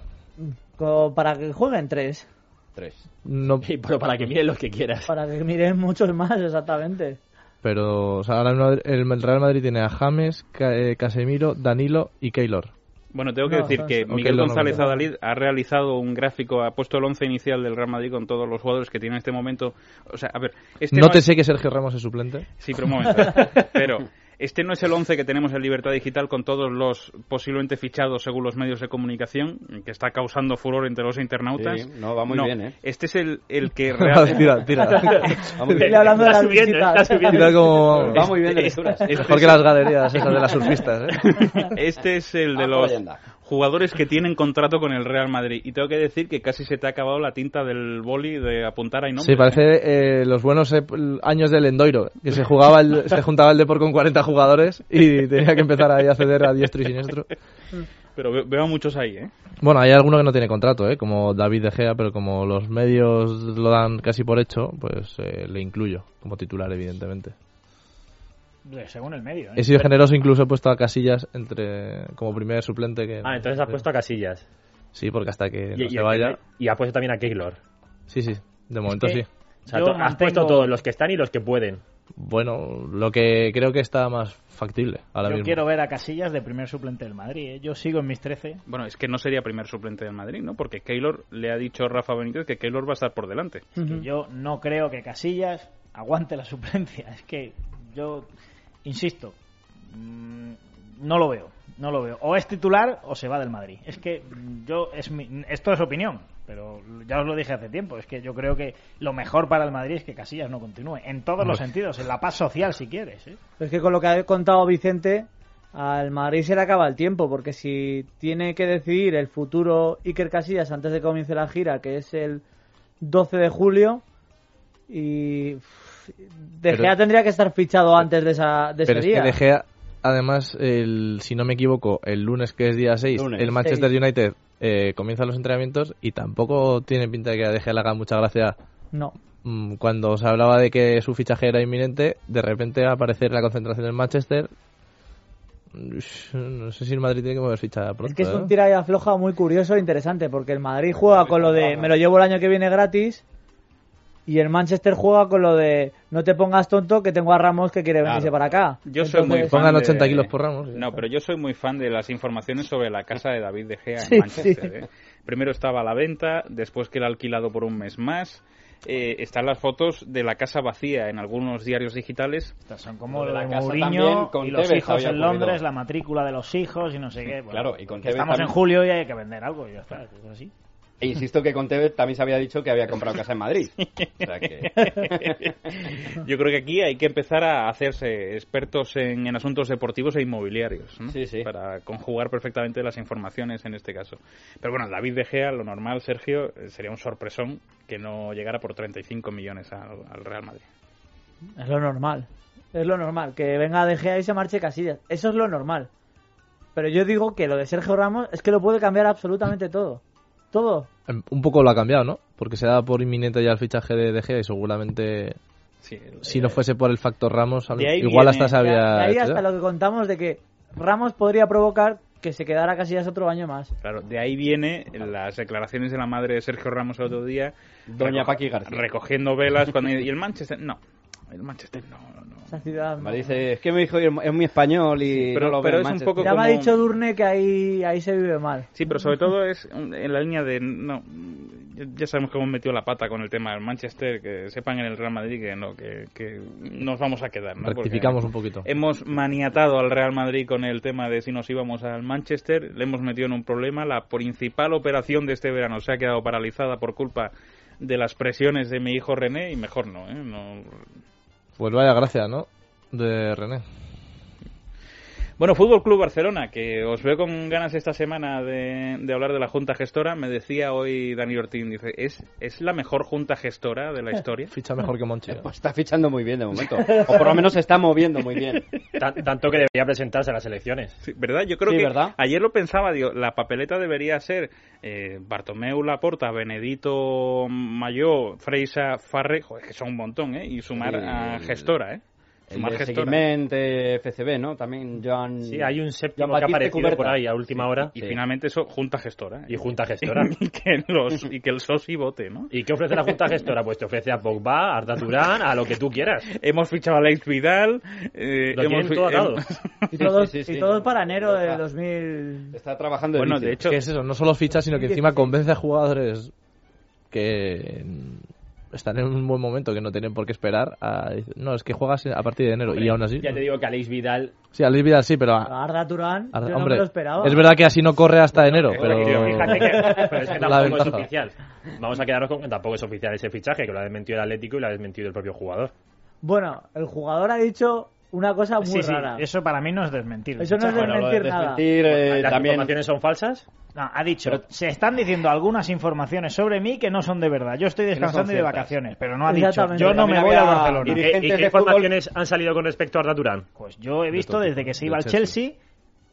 [SPEAKER 9] co- para que jueguen tres.
[SPEAKER 8] Tres.
[SPEAKER 10] No,
[SPEAKER 11] Y, pero para que miren los que quieras.
[SPEAKER 9] Para que miren muchos más, exactamente.
[SPEAKER 10] pero o sea, ahora mismo el Real Madrid tiene a James, Ca- eh, Casemiro, Danilo y Keylor.
[SPEAKER 6] Bueno, tengo que
[SPEAKER 9] No,
[SPEAKER 6] decir
[SPEAKER 9] son-
[SPEAKER 6] que
[SPEAKER 10] Ok,
[SPEAKER 6] Miguel
[SPEAKER 10] lo
[SPEAKER 6] González
[SPEAKER 10] nombré.
[SPEAKER 6] Adalid ha realizado un gráfico, ha puesto el once inicial del Real Madrid con todos los jugadores que tiene en este momento. O sea, a ver, este
[SPEAKER 10] no
[SPEAKER 6] no
[SPEAKER 10] te
[SPEAKER 6] es-
[SPEAKER 10] sé que Sergio Ramos es suplente.
[SPEAKER 6] Sí, pero un momento. ¿eh? Pero este no es el 11 que tenemos en Libertad Digital con todos los posiblemente fichados según los medios de comunicación, que está causando furor entre los internautas.
[SPEAKER 8] Sí, no, va muy bien, ¿eh?
[SPEAKER 6] Este es el, el que
[SPEAKER 10] Vale,
[SPEAKER 6] realmente...
[SPEAKER 10] tira, tira.
[SPEAKER 8] Vamos
[SPEAKER 9] Estoy hablando de
[SPEAKER 11] Está
[SPEAKER 9] las
[SPEAKER 11] subiendo,
[SPEAKER 9] visitas.
[SPEAKER 11] está subiendo.
[SPEAKER 10] Tira como...
[SPEAKER 8] Va muy bien de lecturas.
[SPEAKER 10] Mejor que las galerías esas de las surfistas, ¿eh?
[SPEAKER 6] Este es el de
[SPEAKER 8] Ah,
[SPEAKER 6] los
[SPEAKER 8] leyenda.
[SPEAKER 6] jugadores que tienen contrato con el Real Madrid. Y tengo que decir que casi se te ha acabado la tinta del boli de apuntar a nombres.
[SPEAKER 10] Sí, parece eh, los buenos eh, años del Endoiro, que se jugaba el- se juntaba el Depor con 40 jugadores y tenía que empezar ahí a ceder a diestro y siniestro.
[SPEAKER 6] Pero ve- veo a muchos ahí, ¿eh?
[SPEAKER 10] Bueno, hay alguno que no tiene contrato, ¿eh? como David De Gea, pero como los medios lo dan casi por hecho, pues eh, le incluyo como titular, evidentemente.
[SPEAKER 7] De- Según el medio, ¿eh?
[SPEAKER 10] He sido generoso, incluso he puesto a Casillas entre como primer suplente. Que,
[SPEAKER 11] Ah, entonces has puesto a Casillas.
[SPEAKER 10] Sí, porque hasta que
[SPEAKER 11] Y,
[SPEAKER 10] no
[SPEAKER 11] y-
[SPEAKER 10] se vaya.
[SPEAKER 11] y has puesto también a Keylor.
[SPEAKER 10] Sí, sí, de momento
[SPEAKER 7] que-
[SPEAKER 10] sí.
[SPEAKER 11] O sea,
[SPEAKER 7] Yo
[SPEAKER 11] to- has
[SPEAKER 7] mantengo-
[SPEAKER 11] puesto todos los que están y los que pueden.
[SPEAKER 10] Bueno, lo que creo que está más factible ahora
[SPEAKER 7] Yo
[SPEAKER 10] mismo.
[SPEAKER 7] quiero ver a Casillas de primer suplente del Madrid, ¿eh? Yo sigo en mis 13.
[SPEAKER 6] Bueno, es que no sería primer suplente del Madrid, ¿no? Porque Keylor le ha dicho Rafa Benítez que Keylor va a estar por delante.
[SPEAKER 7] que Yo no creo que Casillas aguante la suplencia. Es que yo, insisto, mm, no lo veo. No lo veo. O es titular o se va del Madrid. Es que mm, yo, es mi- esto es opinión, pero ya os lo dije hace tiempo. Es que yo creo que lo mejor para el Madrid es que Casillas no continúe. En todos los sentidos, en la paz social si quieres. ¿eh?
[SPEAKER 9] Es que con lo que ha contado Vicente, al Madrid se le acaba el tiempo, porque si tiene que decidir el futuro Iker Casillas antes de que comience la gira, que es el 12 de julio, y uff, De
[SPEAKER 10] Pero-
[SPEAKER 9] Gea tendría que estar fichado antes de, esa, de ese
[SPEAKER 10] Pero es
[SPEAKER 9] día.
[SPEAKER 10] que De Gea, además, el, si no me equivoco, el lunes que es día 6,
[SPEAKER 8] Lunes.
[SPEAKER 10] el Manchester
[SPEAKER 9] Seis.
[SPEAKER 10] United eh, comienza los entrenamientos y tampoco tiene pinta de que a De Gea le haga mucha gracia.
[SPEAKER 9] No.
[SPEAKER 10] mm, Cuando se hablaba de que su fichaje era inminente, de repente va a aparecer la concentración en Manchester. Ush, No sé si el Madrid tiene que mover ficha pronto.
[SPEAKER 9] Es que es un
[SPEAKER 10] ¿eh?
[SPEAKER 9] tira y afloja muy curioso e interesante, porque el Madrid juega con lo de me lo llevo el año que viene gratis, y el Manchester juega con lo de no te pongas tonto que tengo a Ramos que quiere venirse para acá.
[SPEAKER 6] Yo soy muy
[SPEAKER 9] Entonces-
[SPEAKER 6] fan
[SPEAKER 10] Pongan
[SPEAKER 6] de-
[SPEAKER 10] 80 kilos por Ramos.
[SPEAKER 6] Eh, No, pero yo soy muy fan de las informaciones sobre la casa de David de Gea en
[SPEAKER 9] Sí,
[SPEAKER 6] Manchester.
[SPEAKER 9] sí.
[SPEAKER 6] ¿eh? Primero estaba a la venta, después que era alquilado por un mes más. Eh, están las fotos de la casa vacía en algunos diarios digitales.
[SPEAKER 7] Estas son como
[SPEAKER 8] Lo de
[SPEAKER 7] lo
[SPEAKER 8] la
[SPEAKER 7] de
[SPEAKER 8] casa
[SPEAKER 7] Mourinho
[SPEAKER 8] también con
[SPEAKER 7] y los
[SPEAKER 8] Tevez
[SPEAKER 7] hijos
[SPEAKER 8] había
[SPEAKER 7] en
[SPEAKER 8] ocurrido.
[SPEAKER 7] Londres, la matrícula de los hijos y no sé qué. Bueno,
[SPEAKER 8] claro, y con
[SPEAKER 7] que
[SPEAKER 8] Tevez
[SPEAKER 7] estamos en
[SPEAKER 8] también.
[SPEAKER 7] julio y hay que vender algo. y ya está, es así.
[SPEAKER 8] E insisto que con Tevez también se había dicho que había comprado casa en Madrid. O sea que...
[SPEAKER 6] Yo creo que aquí hay que empezar a hacerse expertos en, en asuntos deportivos e inmobiliarios. ¿no?
[SPEAKER 8] Sí, sí.
[SPEAKER 6] Para conjugar perfectamente las informaciones en este caso. Pero bueno, David de Gea, lo normal, Sergio, eh, sería un sorpresón que no llegara por 35 millones al, al Real Madrid.
[SPEAKER 9] Es lo normal. Es lo normal. Que venga De Gea y se marche Casillas. Eso es lo normal. Pero yo digo que lo de Sergio Ramos es que lo puede cambiar absolutamente todo. Todo.
[SPEAKER 10] Em, Un poco lo ha cambiado, ¿no? Porque se da por inminente ya el fichaje de De Gea y seguramente,
[SPEAKER 6] Sí, el-
[SPEAKER 10] si no fuese por el factor Ramos, al-
[SPEAKER 6] De ahí
[SPEAKER 10] igual
[SPEAKER 6] viene-
[SPEAKER 10] hasta se
[SPEAKER 9] De
[SPEAKER 10] había.
[SPEAKER 9] ahí
[SPEAKER 10] hecho ¿eh?
[SPEAKER 9] hasta
[SPEAKER 10] ya.
[SPEAKER 9] lo que contamos de que Ramos podría provocar que se quedara Casillas otro año más.
[SPEAKER 6] Claro, de ahí viene las declaraciones de la madre de Sergio Ramos el otro día.
[SPEAKER 8] Doña
[SPEAKER 6] reco-
[SPEAKER 8] Paqui García.
[SPEAKER 6] Recogiendo velas cuando... Y el Manchester... No, el Manchester no. no.
[SPEAKER 9] Esa ciudad.
[SPEAKER 8] Me dice, es que mi hijo es muy español y
[SPEAKER 6] pero-
[SPEAKER 8] no lo
[SPEAKER 6] pero
[SPEAKER 8] veo en
[SPEAKER 6] es
[SPEAKER 8] Manchester".
[SPEAKER 6] un poco-
[SPEAKER 9] este. Ya me ha
[SPEAKER 6] como-
[SPEAKER 9] dicho Durne que ahí, ahí se vive mal.
[SPEAKER 6] Sí, pero sobre todo es en la línea de... No, ya- ya sabemos que hemos metido la pata con el tema del Manchester, que sepan en el Real Madrid que no, que, que nos vamos a quedar. ¿no? Porque
[SPEAKER 10] Rectificamos un poquito.
[SPEAKER 6] Hemos maniatado al Real Madrid con el tema de si nos íbamos al Manchester, le hemos metido en un problema. La principal operación de este verano se ha quedado paralizada por culpa de las presiones de mi hijo René y mejor no, ¿eh? No-
[SPEAKER 10] Pues vaya gracia, ¿no? De René.
[SPEAKER 6] Bueno, Fútbol Club Barcelona, que os veo con ganas esta semana de, de hablar de la Junta Gestora. Me decía hoy Dani Ortín, dice, ¿es, es la mejor Junta Gestora de la historia?
[SPEAKER 10] Ficha mejor que Monchi.
[SPEAKER 8] Pues está fichando muy bien de momento. O por lo menos se está moviendo muy bien.
[SPEAKER 11] Tan- tanto que debería presentarse a las elecciones.
[SPEAKER 6] Sí, ¿Verdad? Yo creo
[SPEAKER 8] Sí,
[SPEAKER 6] que
[SPEAKER 8] ¿verdad?
[SPEAKER 6] ayer lo pensaba, digo, la papeleta debería ser eh, Bartomeu Laporta, Benedito Mayó, Freisa Farre, joder, que son un montón, ¿eh? Y sumar
[SPEAKER 8] Sí,
[SPEAKER 6] a
[SPEAKER 8] el-
[SPEAKER 6] gestora, ¿eh?
[SPEAKER 8] El
[SPEAKER 6] Sumar
[SPEAKER 8] de
[SPEAKER 6] gestora.
[SPEAKER 8] Seguiment, eh, FCB, ¿no? También Joan...
[SPEAKER 11] Sí, hay un
[SPEAKER 8] Joan
[SPEAKER 11] séptimo que ha
[SPEAKER 8] Batiste
[SPEAKER 11] aparecido
[SPEAKER 8] Cuberta.
[SPEAKER 11] por ahí a última hora.
[SPEAKER 6] Y finalmente eso, junta gestora. eh.
[SPEAKER 11] Y junta gestora.
[SPEAKER 6] y, que los, y que el soci vote, ¿no?
[SPEAKER 11] ¿Y qué ofrece la Junta Gestora? Pues te ofrece a Pogba, a Arda Turán, a lo que tú quieras.
[SPEAKER 6] Hemos fichado a Lex Vidal. eh,
[SPEAKER 11] Lo
[SPEAKER 6] hemos
[SPEAKER 11] tienen
[SPEAKER 6] fi-
[SPEAKER 11] todo atado.
[SPEAKER 6] hemos-
[SPEAKER 9] Y todo,
[SPEAKER 8] Sí, sí, sí.
[SPEAKER 9] y todo para enero
[SPEAKER 8] Está-
[SPEAKER 9] del 2000.
[SPEAKER 8] Está trabajando
[SPEAKER 6] Bueno,
[SPEAKER 8] bici.
[SPEAKER 6] de hecho,
[SPEAKER 10] ¿Qué es eso? No solo ficha, sino que encima convence a jugadores que mm, están en un buen momento, que no tienen por qué esperar. A... No, es que juegas a partir de enero y aún así.
[SPEAKER 11] Ya te digo que Aleix Vidal
[SPEAKER 10] Sí, a Luis Vidal sí, pero. a-
[SPEAKER 9] Arda Turán,
[SPEAKER 10] a-
[SPEAKER 9] yo no
[SPEAKER 10] hombre,
[SPEAKER 9] me lo esperaba.
[SPEAKER 10] es verdad que así no corre hasta enero, pero.
[SPEAKER 11] Fíjate que- pero es que
[SPEAKER 10] La
[SPEAKER 11] tampoco es
[SPEAKER 10] ventaja.
[SPEAKER 11] oficial. Vamos a quedarnos con que tampoco es oficial ese fichaje, que lo ha desmentido el Atlético y lo ha desmentido el propio jugador.
[SPEAKER 9] Bueno, el jugador ha dicho una cosa muy
[SPEAKER 7] Sí, sí,
[SPEAKER 9] rara.
[SPEAKER 7] eso para mí no es desmentir.
[SPEAKER 9] Eso no es
[SPEAKER 11] Bueno,
[SPEAKER 8] Lo de
[SPEAKER 9] desmentir nada.
[SPEAKER 8] desmentir, eh,
[SPEAKER 11] ¿Las
[SPEAKER 8] también...
[SPEAKER 11] informaciones son falsas?
[SPEAKER 7] No, ha dicho, se están diciendo algunas informaciones sobre mí que no son de verdad. Yo estoy
[SPEAKER 8] no son
[SPEAKER 7] descansando y de
[SPEAKER 8] ciertas.
[SPEAKER 7] vacaciones, pero no ha dicho,
[SPEAKER 9] Exactamente.
[SPEAKER 7] yo no me
[SPEAKER 8] También
[SPEAKER 7] voy a
[SPEAKER 8] había-
[SPEAKER 11] ¿Y
[SPEAKER 7] Barcelona. Eh,
[SPEAKER 8] y-
[SPEAKER 11] qué,
[SPEAKER 8] Dirigentes
[SPEAKER 11] y qué
[SPEAKER 8] de fútbol-
[SPEAKER 11] informaciones han salido con respecto a Arda Turán?
[SPEAKER 7] Pues yo he visto
[SPEAKER 10] todo
[SPEAKER 7] desde
[SPEAKER 10] tipo,
[SPEAKER 7] que se iba
[SPEAKER 10] del
[SPEAKER 7] al Chelsea,